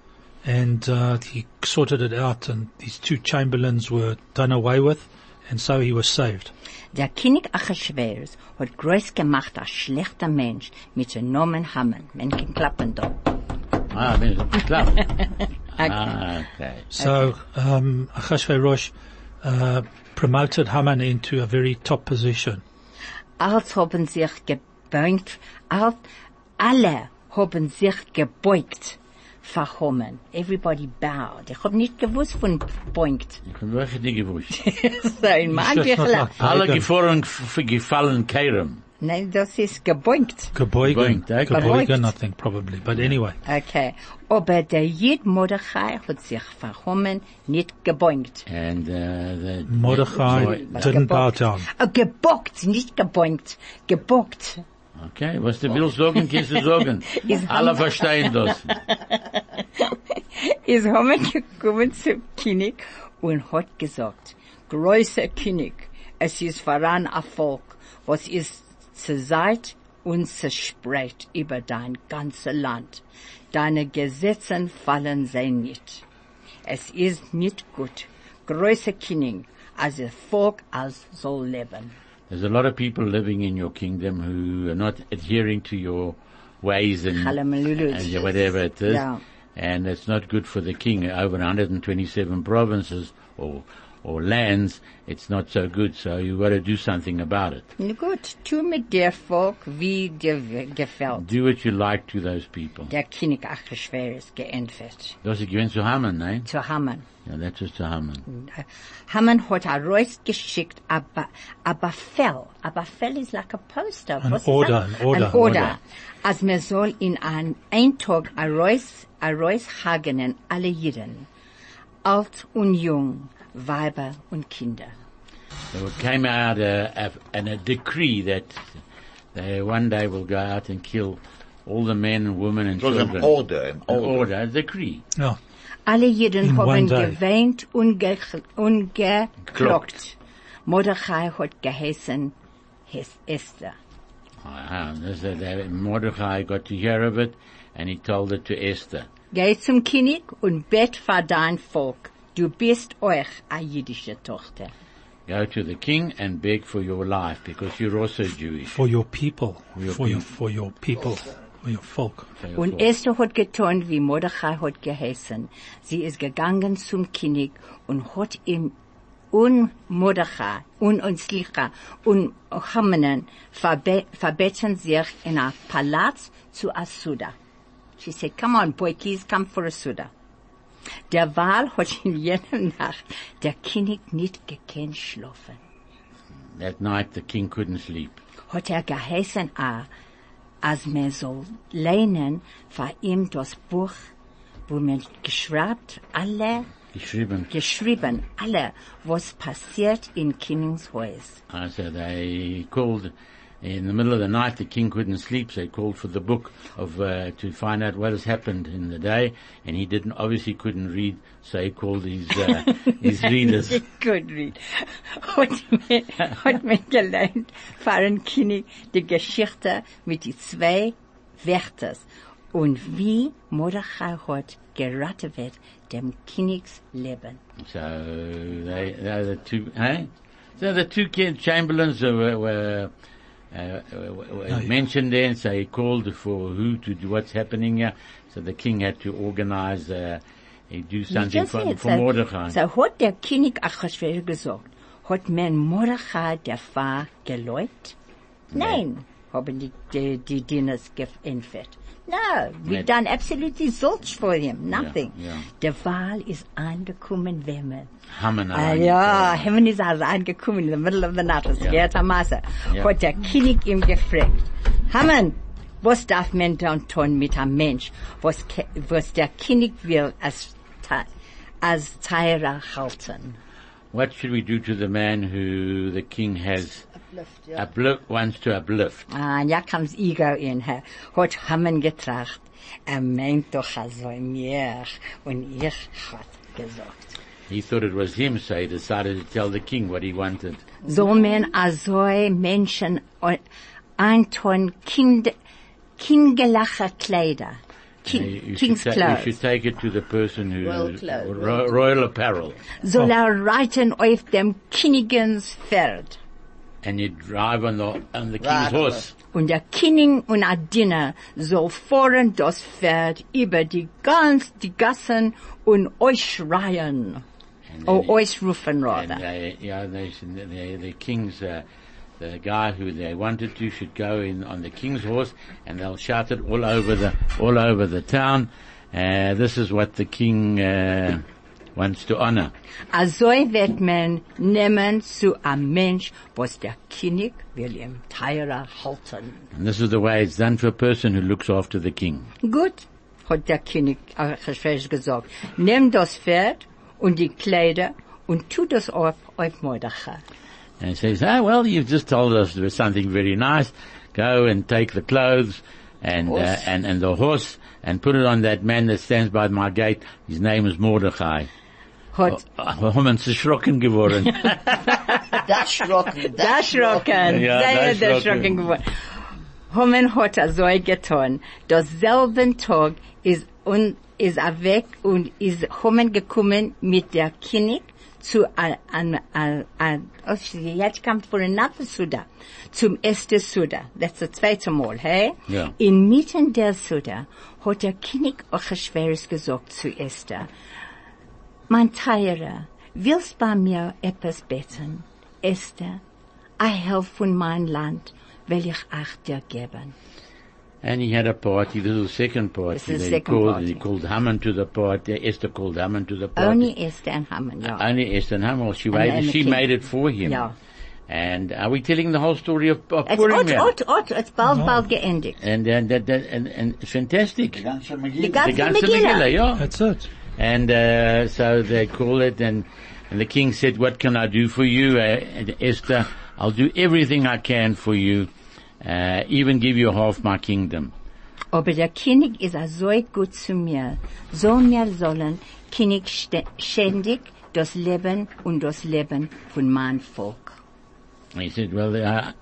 Speaker 1: and uh, he sorted it out, and these two chamberlains were done away with, and so he was saved.
Speaker 2: Der König Achashverosh hat groß gemacht als schlechter Mensch mit dem Namen Haman. Man kann klappen da.
Speaker 4: Ah, there's a <laughs> clap.
Speaker 2: Okay.
Speaker 4: Ah, okay.
Speaker 1: So um, Achashverosh uh, promoted Haman into a very top position.
Speaker 2: Als haben sich gebeugt, als alle haben sich gebeugt vor Haman. Everybody bowed. Ich hab nicht gewusst von beugt.
Speaker 4: Ich hab wirklich nicht <laughs> gewusst.
Speaker 2: So, in
Speaker 1: It's
Speaker 2: meinem
Speaker 1: just not
Speaker 2: Bichle.
Speaker 1: like
Speaker 4: Alle
Speaker 1: Beugen.
Speaker 4: gefallen, f- gefallen Kerem.
Speaker 2: Nein, das ist gebeugt.
Speaker 1: Geboigen,
Speaker 4: Boing, okay.
Speaker 1: Geboigen, I think probably, but anyway.
Speaker 2: Okay. Aber der Jid Mordechai hat sich vor Haman nicht gebeugt.
Speaker 4: And, uh, the,
Speaker 1: Mordechai didn't bow down.
Speaker 2: Oh, gebockt, nicht gebeugt. Gebockt.
Speaker 4: Okay, was du willst sagen, kannst du <laughs> sagen. Alle verstehen das.
Speaker 2: ist Haman gekommen zum König und hat gesagt, größer König, Es ist voran ein Volk, was ist zerseit und zerspreit über dein ganzes Land. Deine Gesetzen fallen sie nicht. Es ist nicht gut. Große Kinder, als das Volk als soll leben.
Speaker 4: There's a lot of people living in your kingdom who are not adhering to your ways and,
Speaker 2: Hallelujah.
Speaker 4: and Mhm. whatever it is.
Speaker 2: Yeah.
Speaker 4: And it's not good for the king. Over 127 provinces or, or lands, it's not so good. So you got to do something about it.
Speaker 2: Na gut, tu mit der Volk, wie dir we- gefällt.
Speaker 4: Do what you like to those people.
Speaker 2: Der König Achashverosh ist geentfert.
Speaker 4: Das ist gewesen zu Haman, eh? nein?
Speaker 2: Zu Haman.
Speaker 4: Ja, das ist zu
Speaker 2: Mm.
Speaker 4: Haman.
Speaker 2: Haman hat a Reus geschickt, aber, aber fell. Aber fell is like a poster.
Speaker 1: An
Speaker 2: What's
Speaker 1: order,
Speaker 2: that?
Speaker 1: an order.
Speaker 2: An order.
Speaker 1: Order.
Speaker 2: Als Also man soll in ein, ein Tag a Reus, a Reus hagenen alle Jiden. Alt und jung, Weiber und Kinder.
Speaker 4: So it came out a, a, and a decree that they one day will go out and kill all the men and women and
Speaker 3: It was
Speaker 4: children.
Speaker 3: an order, an
Speaker 4: An
Speaker 3: order.
Speaker 4: order, a decree.
Speaker 1: Ja.
Speaker 2: Alle Jiden
Speaker 1: In
Speaker 2: haben
Speaker 1: one day.
Speaker 2: geweint und ge ungeklockt. Mordechai hat geheißen Hes- Esther.
Speaker 4: Ah, this, uh, that Mordecai got to hear of it, and he told it to Esther.
Speaker 2: Geh zum König und bet für dein Volk. Du bist euch eine jüdische Tochter.
Speaker 4: Go to the king and beg for your life, because you're also Jewish.
Speaker 1: For your people.
Speaker 4: your
Speaker 1: For your,
Speaker 4: people.
Speaker 1: for your people. For your folk.
Speaker 4: So you're
Speaker 2: Und
Speaker 4: for-
Speaker 2: Esther hat getan, wie Mordechai hat geheißen. Sie ist gegangen zum König und hat ihm und Mordechai und und Slicha und Hamanen verbe verbeten sich in einem Palaz zu Asuda. She said, come on, boy, please come for Asuda. Der Wahl hat in jener Nacht der König nicht gekannt schlafen.
Speaker 4: That night the king couldn't sleep.
Speaker 2: hat er geheißen, a, als man soll lernen von ihm das Buch, wo man geschrieben, alle,
Speaker 4: Geschrieben.
Speaker 2: geschrieben, alle, was passiert in Kindingshäus.
Speaker 4: Uh, so they called, in the middle of the night the king couldn't sleep, so he called for the book of, uh, to find out what has happened in the day, and he didn't, obviously couldn't read, so he called his, uh,
Speaker 2: <laughs>
Speaker 4: his readers.
Speaker 2: Gut, Reed. Hat mir, hat mir gelernt, fahren König die Geschichte mit die zwei Wärters und wie Mordechai hat geraten wird dem Königsleben.
Speaker 4: So they, they're the two, hey? So the two kid chamberlains uh, were, were, uh, were, were mentioned there, and so he called for who to do what's happening here. So the king had to organize, uh, he do something
Speaker 2: Just
Speaker 4: for,
Speaker 2: jetzt,
Speaker 4: for Mordechai.
Speaker 2: So hat der König Achashverosh gesagt, hat man Mordechai der Pfarr geläut? Nein, haben die, die, die Dieners geentfert. No, we
Speaker 4: Nee.
Speaker 2: done absolutely zilch for him, nothing.
Speaker 4: ja.
Speaker 2: Der Wahl ist angekommen, wenn man.
Speaker 4: Haman,
Speaker 2: Ah, ja, <laughs> Himmel ist also angekommen in the middle of the night, das
Speaker 4: äh, Ja.
Speaker 2: gehört am Maße.
Speaker 4: Ja.
Speaker 2: Hat der König ihm gefragt, Hammond, was darf man dann tun mit einem Mensch, was, ke- was der König will als, Te- als Teierer halten?
Speaker 4: What should we do to the man who the king has uplift, wants to uplift?
Speaker 2: Ah, ja comes ego in her. Hat Hammond getracht, er meint doch also mir, und ich hat gesagt.
Speaker 4: He thought it was him, so he decided to tell the king what he wanted.
Speaker 2: soll man also Menschen o- antun kind, kindgelache Kleider.
Speaker 4: You-
Speaker 2: King,
Speaker 4: you
Speaker 2: King's
Speaker 4: should ta- You
Speaker 2: Clothes.
Speaker 4: should take it to the person who
Speaker 7: Royal clothes.
Speaker 4: Ro- royal apparel, oh.
Speaker 2: Soll er reiten auf dem Königens Pferd.
Speaker 4: and you drive on the on the king's
Speaker 7: Right.
Speaker 4: horse.
Speaker 2: Und der König und der Diener soll fahren das Pferd über die ganz, die Gassen und euch schreien.
Speaker 4: And
Speaker 2: Oder
Speaker 4: then-
Speaker 2: euch rufen,
Speaker 4: and
Speaker 2: rather.
Speaker 4: they, yeah, they, should- they, the king's, uh, the guy who they wanted to should go in on the king's horse, and they'll shout it all over the all over the town. Uh, this is what the king uh, wants to honor.
Speaker 2: Also wird man nehmen zu einem Mensch, was der König will ihm teurer halten.
Speaker 4: And this is the way it's done for a person who looks after the king.
Speaker 2: Gut, hat der König Achashverosh gesagt. Nimm das Pferd und die Kleider und tu das auf, auf Mordechai.
Speaker 4: And he says, "Ah, well, you've just told us there was something very nice. Go and take the clothes and uh,
Speaker 7: Horse.
Speaker 4: and and the horse and put it on that man that stands by my gate. His name is Mordechai."
Speaker 2: hat
Speaker 4: Wir haben uns erschrocken geworden.
Speaker 2: <laughs>
Speaker 7: Das schrocken, das
Speaker 2: das Schrocken,
Speaker 4: Ja,
Speaker 2: sehr
Speaker 4: das
Speaker 2: der
Speaker 4: Schrocken.
Speaker 2: Schrocken geworden. Hommen hat er so getan. Das selben Tag ist und ist er weg und ist Hommen gekommen mit der König zu an an an an oh, jetzt kommt für another Suda zum ersten Suda das ist das zweite Mal hey
Speaker 4: Ja.
Speaker 2: inmitten der Suda hat der König auch ein schweres gesagt zu Esther mein Teure, willst bei mir etwas beten? Esther, ein Helf von mein Land will ich auch dir geben.
Speaker 4: And he had a party, this was the second party.
Speaker 2: This is
Speaker 4: that he
Speaker 2: second
Speaker 4: called,
Speaker 2: party.
Speaker 4: He called Haman to the party, Esther called Haman to the party.
Speaker 2: Only Esther and Haman, ja.
Speaker 4: Only Esther and Haman, she,
Speaker 2: And then
Speaker 4: waited,
Speaker 2: the
Speaker 4: she
Speaker 2: king.
Speaker 4: made it for him.
Speaker 2: Yeah.
Speaker 4: And are we telling the whole story of, of
Speaker 2: Es
Speaker 4: Purim
Speaker 2: hat,
Speaker 4: now?
Speaker 2: hat, hat, es bald, bald geendigt.
Speaker 4: And, and, that, that, and, and it's fantastic.
Speaker 3: ganze
Speaker 2: Die
Speaker 3: Megillah.
Speaker 4: The
Speaker 2: ganze
Speaker 4: ganze
Speaker 2: Megillah.
Speaker 4: Megillah, yeah.
Speaker 1: That's it.
Speaker 4: And uh, so they call it, and, and the king said, "What can I do for you, uh, and Esther? I'll do everything I can for you, uh, even give you half my kingdom."
Speaker 2: Aber der König ist er so gut zu mir. So mir sollen König stä- ständig das Leben und das Leben von meinem Volk.
Speaker 4: And he said, "Well, uh,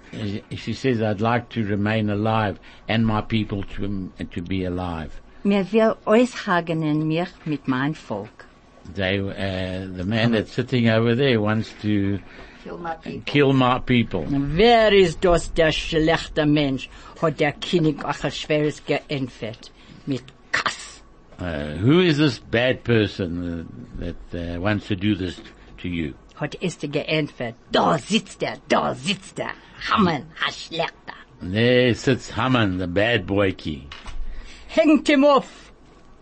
Speaker 4: she says I'd like to remain alive and my people to to be alive."
Speaker 2: Mir will euch hagenen mich mit meinem Volk.
Speaker 4: They, uh, the man that's sitting over there wants to
Speaker 7: Kill my people.
Speaker 4: kill my people.
Speaker 2: Wer ist das, der schlechte Mensch, hat der König auch ein schweres geentfert. Mit Kass.
Speaker 4: Uh, who is this bad person uh, that uh, wants to do this to you?
Speaker 2: Hat Esther geentfert. Da sitzt er, da sitzt er. Hammern, ein Schlechter.
Speaker 4: And there sits Haman, the bad boyki.
Speaker 2: Hängt ihm auf,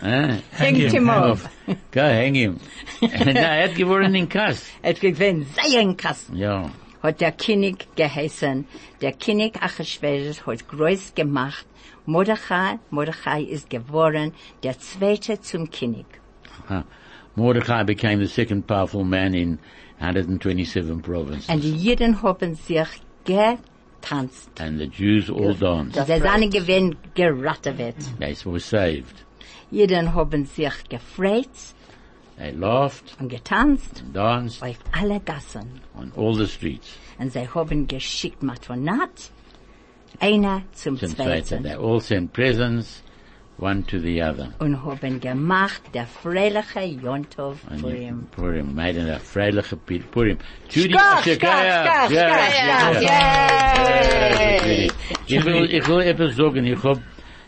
Speaker 4: Huh?
Speaker 2: hängt
Speaker 1: him
Speaker 2: ihm
Speaker 4: Eh? Hang
Speaker 2: auf.
Speaker 4: off. Go hang him. no, er hat gewonnen in Kass.
Speaker 2: Es gewinnt seinen Kass.
Speaker 4: Ja.
Speaker 2: Hat der König geheißen. Der König Achashverosh hat groß gemacht. Mordechai, Mordechai ist geworden, der Zweite zum König.
Speaker 4: Huh. Mordecai became the second powerful man in 127 provinces.
Speaker 2: Und die Juden haben sich getanzt.
Speaker 4: And the Jews all danced.
Speaker 2: Sie sind gewinn geratet wird.
Speaker 4: They were saved.
Speaker 2: Jeden haben sich gefreut
Speaker 4: They laughed,
Speaker 2: und getanzt
Speaker 4: danced
Speaker 2: auf alle Gassen.
Speaker 4: on all the streets.
Speaker 2: Und sie haben geschickt Matronat, einer zum
Speaker 4: Since later,
Speaker 2: Zweiten.
Speaker 4: they all sent presents, one to the other.
Speaker 2: Und haben gemacht der freiliche Jontov
Speaker 4: And
Speaker 2: für
Speaker 4: you-
Speaker 2: ihn.
Speaker 4: Purim, made it a freiliche Pi- Purim. Judy,
Speaker 2: Schkach,
Speaker 4: Asher,
Speaker 2: schkach,
Speaker 4: Kaya,
Speaker 2: schkach,
Speaker 4: yeah,
Speaker 2: schkach,
Speaker 4: yeah,
Speaker 2: schkach,
Speaker 4: yeah. Ich will, ich will etwas sagen, ich hab,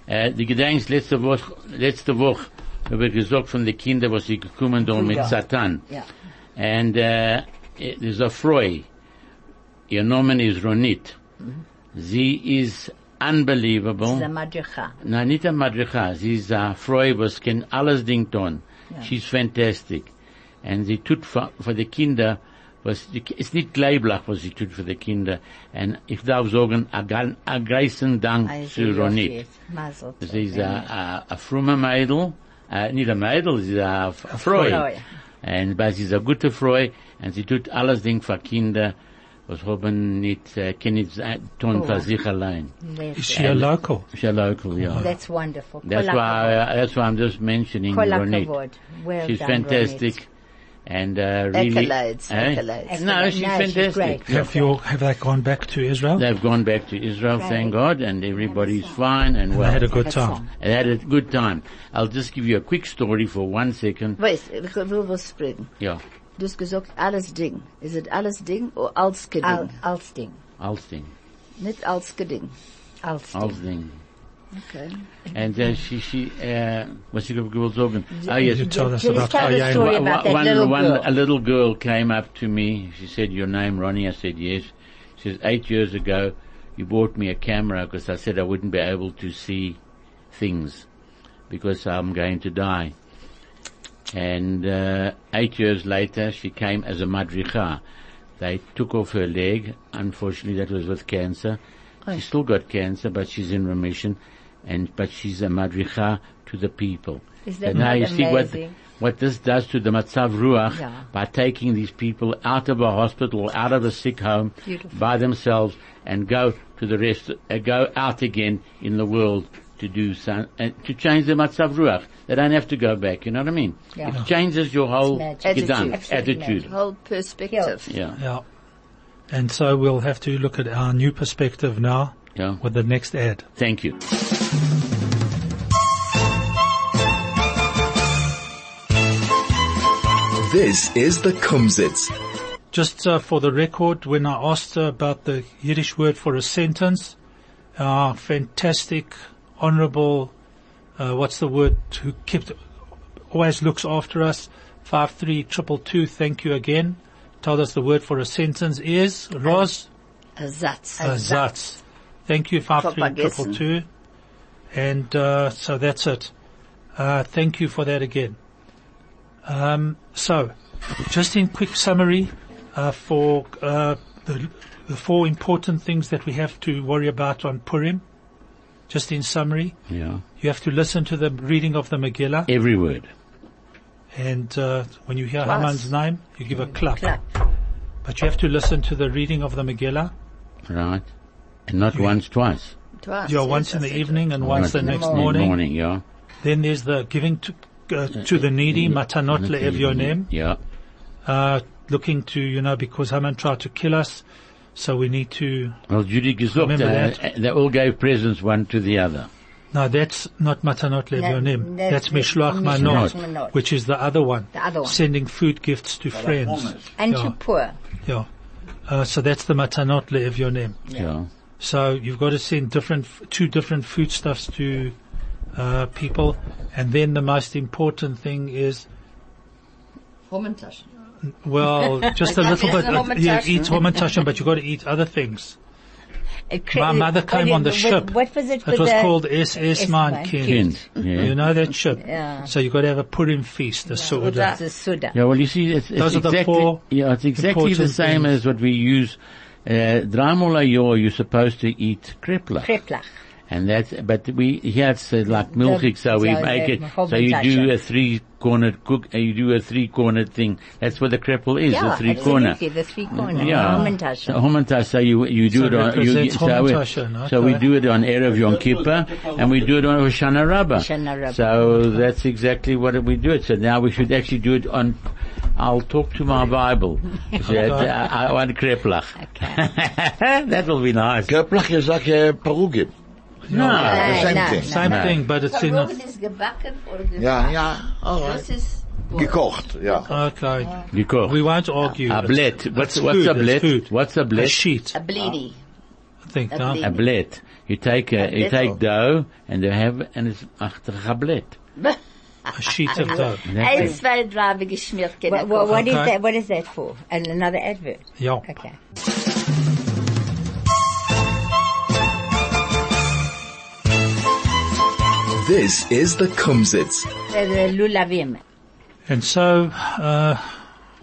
Speaker 4: äh, die Gedenkst letzte Woche, letzte Woche, habe ich gesagt von den Kindern, was sie gekommen sind mit Satan.
Speaker 2: Ja.
Speaker 4: And, äh, there's a Freu. Ihr Name ist Ronit. Sie ist unbelievable.
Speaker 2: Der Madricha.
Speaker 4: Na, nicht ein Madricha. Sie ist eine Frau, was kann alles Ding tun. She's fantastic. And sie tut für, für die Kinder, was, die- ist nicht gleich, was sie tut für die Kinder. And ich darf sagen, a gan- a greisen Dank
Speaker 2: Ah,
Speaker 4: zu Ronit. Sie ist a, a, a frumme Mädel, äh, nicht a Mädel, sie ist a, F- a Frau.
Speaker 2: Frau.
Speaker 4: And, weil sie ist a gute Frau, und sie tut alles Ding für Kinder, was haben nicht, äh, kann nicht sein- tun für sich allein.
Speaker 1: Is she a local?
Speaker 4: She's a local, ja.
Speaker 2: That's wonderful.
Speaker 4: That's
Speaker 2: Kol
Speaker 4: why, uh, that's why I'm just mentioning
Speaker 2: Kol
Speaker 4: Ronit.
Speaker 2: hakavod. Well
Speaker 4: she's
Speaker 2: done,
Speaker 4: fantastic.
Speaker 2: Ronit.
Speaker 4: And, uh, really.
Speaker 7: Accolades,
Speaker 4: Eh?
Speaker 7: accolades.
Speaker 4: No, she's
Speaker 2: Excellent. No, she's
Speaker 4: fantastic.
Speaker 2: great.
Speaker 1: Have you, have they gone back to Israel?
Speaker 4: They've gone back to Israel, thank God, and everybody's fine and
Speaker 1: I
Speaker 4: well.
Speaker 1: had a good time.
Speaker 4: They had a good time. I'll just give you a quick story for one second.
Speaker 7: Weißt, ich will was fragen.
Speaker 4: Yeah.
Speaker 7: Du hast gesagt, alles Ding. Ist es alles Ding oder als Geding?
Speaker 2: Al, als Ding.
Speaker 4: Alsting.
Speaker 7: Nicht als Geding.
Speaker 2: Als Ding.
Speaker 4: Alsting.
Speaker 7: Okay.
Speaker 4: And, uh, she, she, uh, what's she going to Oh,
Speaker 1: You
Speaker 4: yes. Oh,
Speaker 1: told us
Speaker 2: Just
Speaker 1: about
Speaker 2: tell the
Speaker 1: Chaya and
Speaker 2: story
Speaker 4: One-
Speaker 2: about that
Speaker 4: one-
Speaker 2: little
Speaker 4: one-
Speaker 2: girl.
Speaker 4: A little girl came up to me. She said, your name, Ronnie? I said, yes. She says, eight years ago, you bought me a camera because I said I wouldn't be able to see things because I'm going to die. And uh, eight years later, she came as a madricha. They took off her leg. Unfortunately, that was with cancer.
Speaker 2: Oh.
Speaker 4: She still got cancer, but she's in remission. And but she's a madricha to the people.
Speaker 2: Is that
Speaker 4: And now
Speaker 2: not
Speaker 4: you see what
Speaker 2: amazing?
Speaker 4: what this does to the matzav ruach
Speaker 2: Yeah.
Speaker 4: by taking these people out of a hospital, out of a sick home,
Speaker 2: Beautiful.
Speaker 4: by themselves, and go to the rest, uh, go out again in the world to do some, and to change the matzav ruach. They don't have to go back. You know what I mean?
Speaker 2: Yeah.
Speaker 4: It changes your whole
Speaker 2: It's magic.
Speaker 4: gedan-
Speaker 2: Attitude. Absolute
Speaker 4: attitude.
Speaker 7: Whole perspective.
Speaker 4: Yeah,
Speaker 1: Yeah. And so we'll have to look at our new perspective now
Speaker 4: yeah.
Speaker 1: with the next ad.
Speaker 4: Thank you.
Speaker 8: This is the Kumsitz.
Speaker 1: Just uh, for the record, when I asked her about the Yiddish word for a sentence, our fantastic, honorable, uh, what's the word, who kept, always looks after us, 53222, thank you again, told us the word for a sentence is, Roz,
Speaker 7: A Satz.
Speaker 1: a Satz. Uh, Thank you,
Speaker 7: vergessen.
Speaker 1: 53222. And, uh, so that's it. Uh, thank you for that again. Um, so, just in quick summary, uh, for, uh, the, the four important things that we have to worry about on Purim, just in summary,
Speaker 4: Yeah.
Speaker 1: you have to listen to the reading of the Megillah,
Speaker 4: Every word.
Speaker 1: and uh, when you hear Haman's name, you give a clap.
Speaker 2: Clap.
Speaker 1: But you have to listen to the reading of the Megillah,
Speaker 4: Right. And not once, twice.
Speaker 7: Twice.
Speaker 1: Yeah,
Speaker 7: yes,
Speaker 1: once in
Speaker 7: I
Speaker 1: the
Speaker 7: said
Speaker 1: evening and once the next
Speaker 4: in the
Speaker 1: morning.
Speaker 4: morning, yeah.
Speaker 1: Then there's the giving to, uh, to the needy, matanot le'evyonim,
Speaker 4: Yeah.
Speaker 1: uh, looking to, you know, because Haman tried to kill us, so we need to,
Speaker 4: Well, Judy gesagt,
Speaker 1: Remember
Speaker 4: uh,
Speaker 1: that.
Speaker 4: they all gave presents one to the other.
Speaker 1: no, that's not matanot le'evyonim, that's
Speaker 2: that's
Speaker 1: mishloach manot,
Speaker 2: mishloach manot.
Speaker 1: which is the other one,
Speaker 2: The other one.
Speaker 1: sending food gifts to friends.
Speaker 2: And
Speaker 1: Yeah.
Speaker 2: to poor.
Speaker 1: Yeah. Uh, so that's the matanot le'evyonim.
Speaker 4: Yeah.
Speaker 1: So you've got to send different, two different foodstuffs to uh, people, and then the most important thing is,
Speaker 7: it. Hormentaschen.
Speaker 1: well, just a little bit.
Speaker 7: Homentaschen.
Speaker 1: Yeah, eat homentashen, but you've got to eat other things.
Speaker 2: It cre-
Speaker 1: My mother
Speaker 2: what
Speaker 1: came
Speaker 2: is-
Speaker 1: on the
Speaker 2: what-
Speaker 1: ship.
Speaker 2: What was it?
Speaker 1: It
Speaker 2: with
Speaker 1: was
Speaker 2: the-
Speaker 1: called SS Mine
Speaker 2: Mine
Speaker 1: Kind. Mm-hmm.
Speaker 4: Kind. Yeah.
Speaker 1: You know that ship.
Speaker 2: Yeah.
Speaker 1: So you've got to have a Purim feast, a
Speaker 2: It's
Speaker 1: Su'udah.
Speaker 2: a Suda.
Speaker 4: Yeah, well, you see, it's, it's
Speaker 1: Those are the
Speaker 4: exactly,
Speaker 1: four
Speaker 4: yeah, it's exactly the
Speaker 1: important
Speaker 4: same
Speaker 1: things.
Speaker 4: as what we use. Uh, dreimal a year, you're supposed to eat kreplach.
Speaker 2: Kreplach.
Speaker 4: And that's, but we, here it's uh, like milchik, so we
Speaker 2: so
Speaker 4: make
Speaker 2: the
Speaker 4: it,
Speaker 2: whole
Speaker 4: so you do
Speaker 2: potato.
Speaker 4: a three-cornered cook, uh, you do a three-cornered thing. That's what the krepel is,
Speaker 2: Yeah,
Speaker 4: a three-corner.
Speaker 2: absolutely, the three corner.
Speaker 4: Yeah.
Speaker 2: Homentashen.
Speaker 4: Homentashen, so you, you do
Speaker 1: So
Speaker 4: it on, you,
Speaker 1: represents
Speaker 4: so,
Speaker 1: Homentashen,
Speaker 4: we, so we
Speaker 1: okay.
Speaker 4: do it on Erev Yom Kippur, and we do it on Hoshana Rabbah.
Speaker 2: Hoshana Rabbah.
Speaker 4: So that's exactly what we do it. So now we should actually do it on, I'll talk to
Speaker 1: <laughs>
Speaker 4: my Bible. That, uh, I want kreplach. <laughs> that will be nice.
Speaker 3: Geplach is like a parugim. Nou,
Speaker 4: No.
Speaker 3: The same
Speaker 2: no,
Speaker 3: thing.
Speaker 1: Same
Speaker 4: No.
Speaker 1: thing, but it's in a,
Speaker 7: Robert is gebacken or gebacken.
Speaker 3: Ja, ja.
Speaker 7: Das ist
Speaker 3: Gekocht, ja.
Speaker 1: okay.
Speaker 4: You go.
Speaker 1: We won't argue.
Speaker 4: A
Speaker 1: It's-
Speaker 4: blit.
Speaker 1: it's
Speaker 4: What's, what's
Speaker 1: food,
Speaker 4: a
Speaker 1: it's
Speaker 4: blit?
Speaker 1: food.
Speaker 4: What's a
Speaker 1: A
Speaker 4: blit?
Speaker 1: sheet,
Speaker 7: a bleedy.
Speaker 1: I think,
Speaker 7: A
Speaker 1: no?
Speaker 7: blit.
Speaker 4: A blit. You take a, you
Speaker 7: little.
Speaker 4: take dough, and you have, and it's achterich a blit.
Speaker 1: A sheet of dough.
Speaker 7: Ein, zwei, drei, wie geschmiert.
Speaker 2: Wha- wha- what is
Speaker 1: Okay.
Speaker 2: that? What is that for? And another advert.
Speaker 1: Yeah.
Speaker 2: Okay.
Speaker 8: This is the Kumsitz.
Speaker 2: The, the lulavim.
Speaker 1: And so, uh,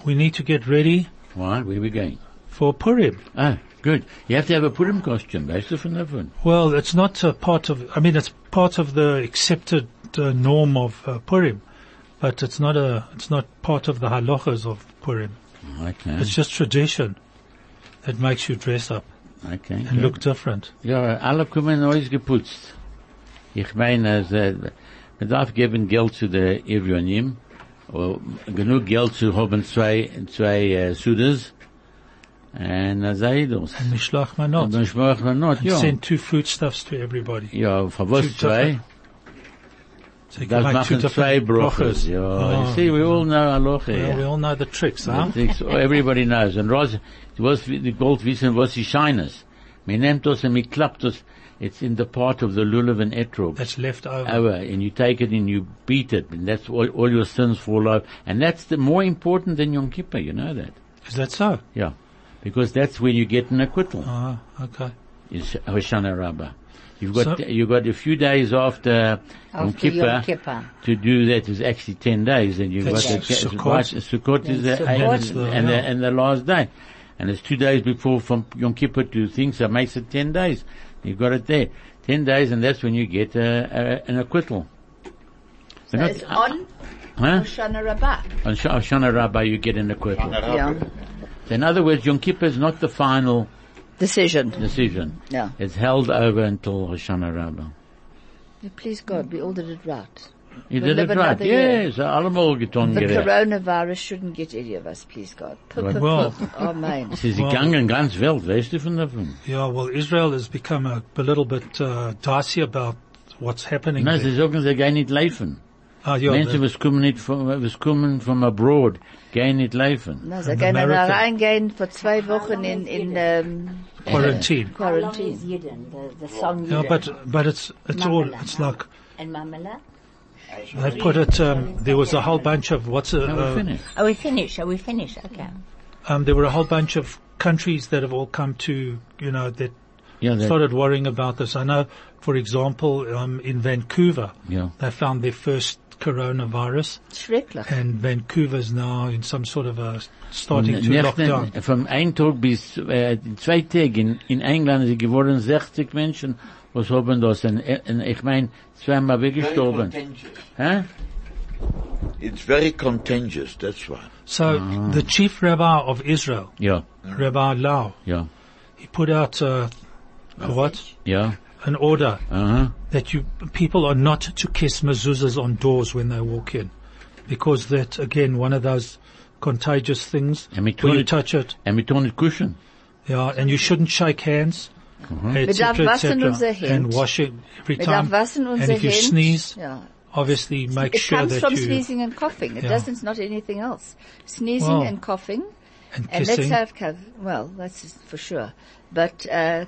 Speaker 1: we need to get ready
Speaker 4: Why? Where we going?
Speaker 1: for Purim.
Speaker 4: Ah, good. You have to have a Purim costume, weißt du von davon?
Speaker 1: Well, it's not a part of, I mean, it's part of the accepted uh, norm of uh, Purim, but it's not a, it's not part of the halachas of Purim.
Speaker 4: Okay,
Speaker 1: It's just tradition that makes you dress up
Speaker 4: okay.
Speaker 1: and <laughs> look different.
Speaker 4: Ja, alle kommen neu geputzt. Ich meine, es, äh, man darf geben Geld zu der Irionim, oder genug Geld zu haben zwei, zwei äh, Sudas, und das sei das.
Speaker 1: Mishloach
Speaker 4: Und dann
Speaker 1: manot.
Speaker 4: schmeckt man not, ja.
Speaker 1: Send two foodstuffs to everybody.
Speaker 4: Ja, von was
Speaker 1: Two
Speaker 4: zwei?
Speaker 1: different- So you
Speaker 4: Das
Speaker 1: can make two
Speaker 4: machen zwei
Speaker 1: different
Speaker 4: Broches.
Speaker 1: brachas.
Speaker 4: Ja,
Speaker 1: Oh,
Speaker 4: you see, we all know Aloche.
Speaker 1: well, we
Speaker 4: Yeah.
Speaker 1: all know the tricks, huh?
Speaker 4: It takes- Everybody knows. And Roz, du wirst die Gold wissen, was die Shines. Man nimmt das und man klappt das. It's in the part of the lulav and etrog.
Speaker 1: That's left over.
Speaker 4: Over, and you take it and you beat it, and that's all, all your sins fall off. And that's the more important than Yom Kippur, you know that?
Speaker 1: Is that so?
Speaker 4: Yeah. Because that's where you get an acquittal
Speaker 1: Ah, okay.
Speaker 4: is Hoshana Rabbah. You've got
Speaker 1: So-
Speaker 4: you got a few days after, Yom,
Speaker 2: After
Speaker 4: Kippur
Speaker 2: Yom Kippur.
Speaker 4: to do that is actually ten days, and you've
Speaker 1: That's
Speaker 4: got
Speaker 1: right. Sukkot.
Speaker 4: right, Sukkot is the
Speaker 2: Sukkot.
Speaker 4: eighth and,
Speaker 1: Yeah.
Speaker 4: and, the, and the last day, and it's two days before from Yom Kippur to things that makes it ten days. You've got it there, ten days, and that's when you get a, a, an acquittal. But not- uh,
Speaker 7: It's on
Speaker 4: huh?
Speaker 7: Shana Rabbah.
Speaker 4: On Sh- Hoshana Rabbah you get an acquittal.
Speaker 7: Yeah.
Speaker 4: So in other words, Yom Kippur is not the final
Speaker 7: Decision.
Speaker 4: decision.
Speaker 7: Yeah.
Speaker 4: It's held over until Hoshana Rabbah.
Speaker 5: Please God, we all did it right.
Speaker 4: You
Speaker 5: We'll
Speaker 4: did
Speaker 5: live
Speaker 4: it right.
Speaker 5: another year.
Speaker 4: Yes, allemal getan
Speaker 5: The
Speaker 4: gerecht.
Speaker 5: coronavirus shouldn't get any of us, please God. Oh, Puh, puh, <laughs>
Speaker 1: Well.
Speaker 5: puh.
Speaker 1: <laughs>
Speaker 5: Amen.
Speaker 4: Sie ist gegangen ganz wild, weißt du von davon?
Speaker 1: Yeah, well, Israel has become a, a little bit uh, dicey about what's happening.
Speaker 4: Na,
Speaker 1: there.
Speaker 4: sie sagen, sie gehen nicht laufen.
Speaker 1: Ah, yeah,
Speaker 4: Menschen,
Speaker 1: the-
Speaker 4: was kommen nicht von, was kommen from abroad, gehen nicht laufen.
Speaker 5: Na, sie
Speaker 1: In
Speaker 5: gehen dann
Speaker 1: America.
Speaker 5: reingehen für zwei Wochen in, in, ähm,
Speaker 1: quarantine.
Speaker 2: How long is
Speaker 5: Quarantine.
Speaker 2: Yidden, the, the song
Speaker 1: Yeah,
Speaker 2: Yidden?
Speaker 1: but but it's it's all
Speaker 2: Mamela,
Speaker 1: it's
Speaker 2: huh?
Speaker 1: like
Speaker 2: And Mamela?
Speaker 1: they put it. Um, there was a whole bunch of what's a,
Speaker 4: Now
Speaker 1: uh,
Speaker 4: we're finished.
Speaker 2: Are we finished? Are we finished? Okay.
Speaker 1: um, there were a whole bunch of countries that have all come to you know that
Speaker 4: Yeah, that-
Speaker 1: started worrying about this. I know, for example, um, in Vancouver,
Speaker 4: Yeah.
Speaker 1: they found their first coronavirus,
Speaker 5: schrecklich.
Speaker 1: and Vancouver's now in some sort of a starting to lock down.
Speaker 4: Nächten, vom einen Tag bis äh, zwei Tage in, in England sind geworden 60 Menschen, was haben das, und, äh, und ich mein, zweimal weggestorben. Hä?
Speaker 3: It's very contagious, that's why.
Speaker 1: So
Speaker 4: Ah.
Speaker 1: the chief rabbi of Israel,
Speaker 4: Ja,
Speaker 1: Uh-huh. Rabbi Lau,
Speaker 4: ja,
Speaker 1: he put out uh, a what
Speaker 4: ja,
Speaker 1: an order
Speaker 4: aha,
Speaker 1: that you people are not to kiss mezuzahs on doors when they walk in, because that again one of those contagious things.
Speaker 4: And we
Speaker 1: when you
Speaker 4: couldn't-
Speaker 1: touch it,
Speaker 4: und wir tun nicht kuschen.
Speaker 1: yeah, and you shouldn't shake hands. Et
Speaker 4: Uh-huh.
Speaker 5: Wir darf
Speaker 1: cetera, et
Speaker 5: waschen
Speaker 1: cetera.
Speaker 5: unsere Hände.
Speaker 1: And wash it every
Speaker 5: Wir
Speaker 1: time.
Speaker 5: darf waschen
Speaker 1: and
Speaker 5: unsere
Speaker 1: if you
Speaker 5: Hände.
Speaker 1: sneeze,
Speaker 5: Ja.
Speaker 1: obviously make
Speaker 5: It
Speaker 1: sure
Speaker 5: comes
Speaker 1: that
Speaker 5: from
Speaker 1: you
Speaker 5: sneezing and coughing. It
Speaker 1: Yeah.
Speaker 5: doesn't, not anything else. Sneezing
Speaker 1: Wow.
Speaker 5: and coughing.
Speaker 1: and
Speaker 5: And let's
Speaker 1: kissing.
Speaker 5: have, cov- well, that's just for sure. But, uh,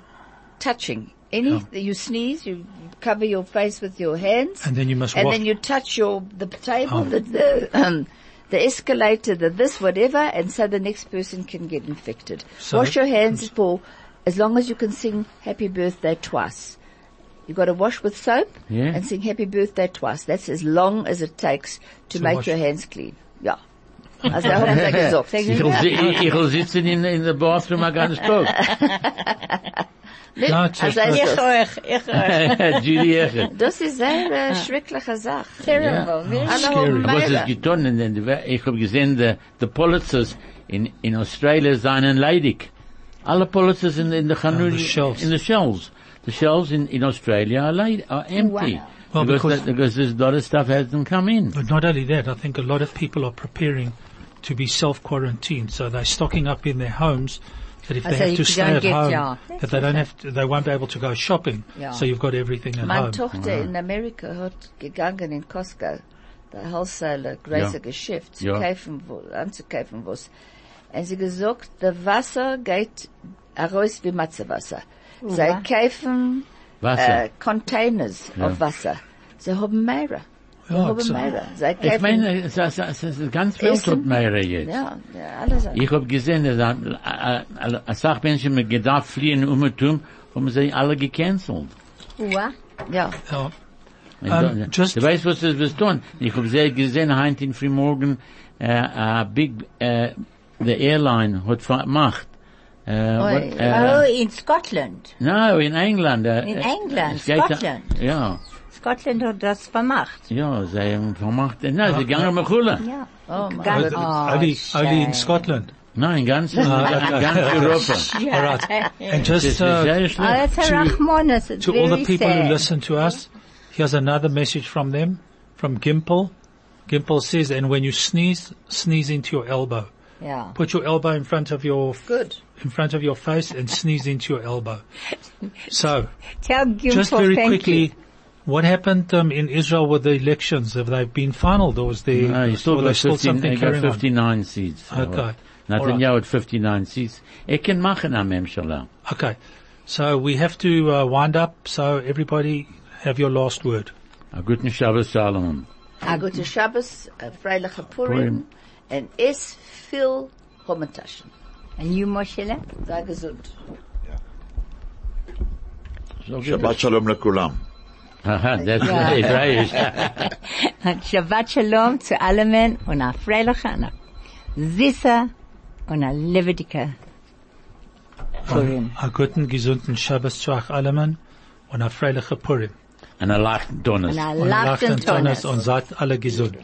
Speaker 5: touching. Any,
Speaker 1: Oh.
Speaker 5: you sneeze, you cover your face with your hands.
Speaker 1: And then you must Oh.
Speaker 5: And
Speaker 1: wash-
Speaker 5: then you touch your, the table, the, the, um, the escalator, the this, whatever, and so the next person can get infected.
Speaker 1: So-
Speaker 5: wash your hands for, as long as you can sing happy birthday twice. You've got to wash with soap
Speaker 4: Yeah.
Speaker 5: and sing happy birthday twice. That's as long as it takes to, make
Speaker 1: wash-
Speaker 5: your hands clean.
Speaker 1: <laughs>
Speaker 5: Yeah. Also, da haben sie gesagt.
Speaker 4: Ich will, si- ich, ich will sitzen in, in der Bathroom den ganzen <laughs> Tag.
Speaker 1: No, it's
Speaker 5: Also,
Speaker 1: just-
Speaker 5: es ist-
Speaker 4: Judy Echer.
Speaker 5: Das ist sehr äh, schreckliche Sache.
Speaker 4: Terrible,
Speaker 5: very
Speaker 1: scary.
Speaker 4: Was dus ist getan? in den- Ich habe gesehen, der the Pulitzers in, in Australia seien leidig. Alle Pulitzers in, in the
Speaker 1: the
Speaker 4: Hanuri,
Speaker 1: shelves.
Speaker 4: in the shelves. The shelves in, in Australia are, leid, are empty.
Speaker 1: Well,
Speaker 4: because,
Speaker 1: because-
Speaker 4: that, because this lot of stuff hasn't come in.
Speaker 1: But not only that, I think a lot of people are preparing to be self-quarantined, so they're stocking up in their homes. That if
Speaker 5: I
Speaker 1: they
Speaker 5: say
Speaker 1: have to
Speaker 5: if you
Speaker 1: stay
Speaker 5: don't
Speaker 1: at
Speaker 5: get-
Speaker 1: home,
Speaker 5: yeah.
Speaker 1: that they don't have, to, they won't be able to go shopping.
Speaker 5: Yeah.
Speaker 1: So you've got everything at
Speaker 5: Meine
Speaker 1: home.
Speaker 5: Tochter in Amerika hat gegangen in Costco, der Wholesaler, große
Speaker 4: Ja.
Speaker 5: Geschäft, zu
Speaker 4: Ja.
Speaker 5: kaufen, wo- anzukaufen was. Und sie gesagt, der Wasser geht heraus wie Matzewasser. Sie kaufen
Speaker 4: Wasser.
Speaker 5: äh, Containers auf Wasser. Sie haben mehrere. Sie
Speaker 1: Ja,
Speaker 5: haben
Speaker 1: so-
Speaker 5: mehrere. Sie
Speaker 4: ich
Speaker 5: kaufen,
Speaker 4: meine, es es- es ist ganz viel
Speaker 5: Essen.
Speaker 4: tut mehr jetzt.
Speaker 5: ja, ja, alles.
Speaker 4: Ich habe gesehen, dass äh, äh, äh, eine Sache Menschen mit Gedacht fliehen um und um, haben sie alle gecancelt.
Speaker 2: What?
Speaker 5: Ja.
Speaker 1: Yeah.
Speaker 4: Ich
Speaker 1: Um,
Speaker 4: don't-
Speaker 1: just-
Speaker 4: du weißt, was das was tun. Ich habe sehr gesehen, heint in Frühmorgen, äh, a big, äh, the airline hat gemacht. Äh, what,
Speaker 2: Oh,
Speaker 4: äh,
Speaker 2: in Scotland.
Speaker 4: no, in England. Äh,
Speaker 2: In
Speaker 4: äh,
Speaker 2: England,
Speaker 4: es geht da-
Speaker 2: Scotland.
Speaker 4: Ja,
Speaker 6: Scotland hat das vermacht.
Speaker 4: ja, sie haben gemacht. Nein, sie
Speaker 1: Ah,
Speaker 4: gingen mit Hula.
Speaker 6: Ja.
Speaker 5: Oh, mein
Speaker 1: But
Speaker 5: Gott.
Speaker 1: it's
Speaker 2: Oh,
Speaker 1: only, only in
Speaker 2: shame.
Speaker 1: Scotland.
Speaker 4: Nein, ganz, ganz
Speaker 1: okay.
Speaker 4: Europa.
Speaker 1: <laughs> All right. And
Speaker 4: Das
Speaker 1: just
Speaker 4: ist
Speaker 1: uh,
Speaker 4: sehr
Speaker 2: Oh,
Speaker 4: schlecht.
Speaker 2: that's a Rahmanas. It's
Speaker 1: to all the
Speaker 2: very
Speaker 1: people
Speaker 2: sad.
Speaker 1: who listen to us, here's another message from them, from Gimple. Gimple says, and when you sneeze, sneeze into your elbow.
Speaker 5: Ja.
Speaker 1: Put your elbow in front of your
Speaker 5: Good.
Speaker 1: in front of your face and sneeze into your elbow. So,
Speaker 6: Tell Gimple
Speaker 1: just very
Speaker 6: thank you.
Speaker 1: quickly, what happened um, in Israel with the elections? Have they been finaled or is there
Speaker 4: No, you still
Speaker 1: or there's
Speaker 4: got 15,
Speaker 1: something
Speaker 4: you got
Speaker 1: carrying on?
Speaker 4: 59 seats.
Speaker 1: Okay.
Speaker 4: Netanyahu had 59 seats. Er kann machen am Hemschalah.
Speaker 1: Okay, so we have to uh, wind up. So everybody, have your last word.
Speaker 4: A guten Shabbos, Salomon.
Speaker 5: A gute Shabbos, uh, a freiliche Purim,
Speaker 4: Purim.
Speaker 5: en es viel Hommentaschen.
Speaker 2: And you, Moshele?
Speaker 5: Sei gesund.
Speaker 4: So good.
Speaker 3: Shabbat shalom lekulam.
Speaker 4: Aha, that's right, right.
Speaker 2: Shabbat Shalom zu allen Menschen und eine freiliche, eine süße und eine lebendige Purim.
Speaker 1: A guten, gesunden Shabbos zu euch allen und a freiliche Purim.
Speaker 4: And a lachen
Speaker 2: Und
Speaker 4: Donners.
Speaker 2: eine
Speaker 1: Und
Speaker 2: lachten
Speaker 1: lachten Tonnes
Speaker 2: Tonnes.
Speaker 1: und seid alle gesund.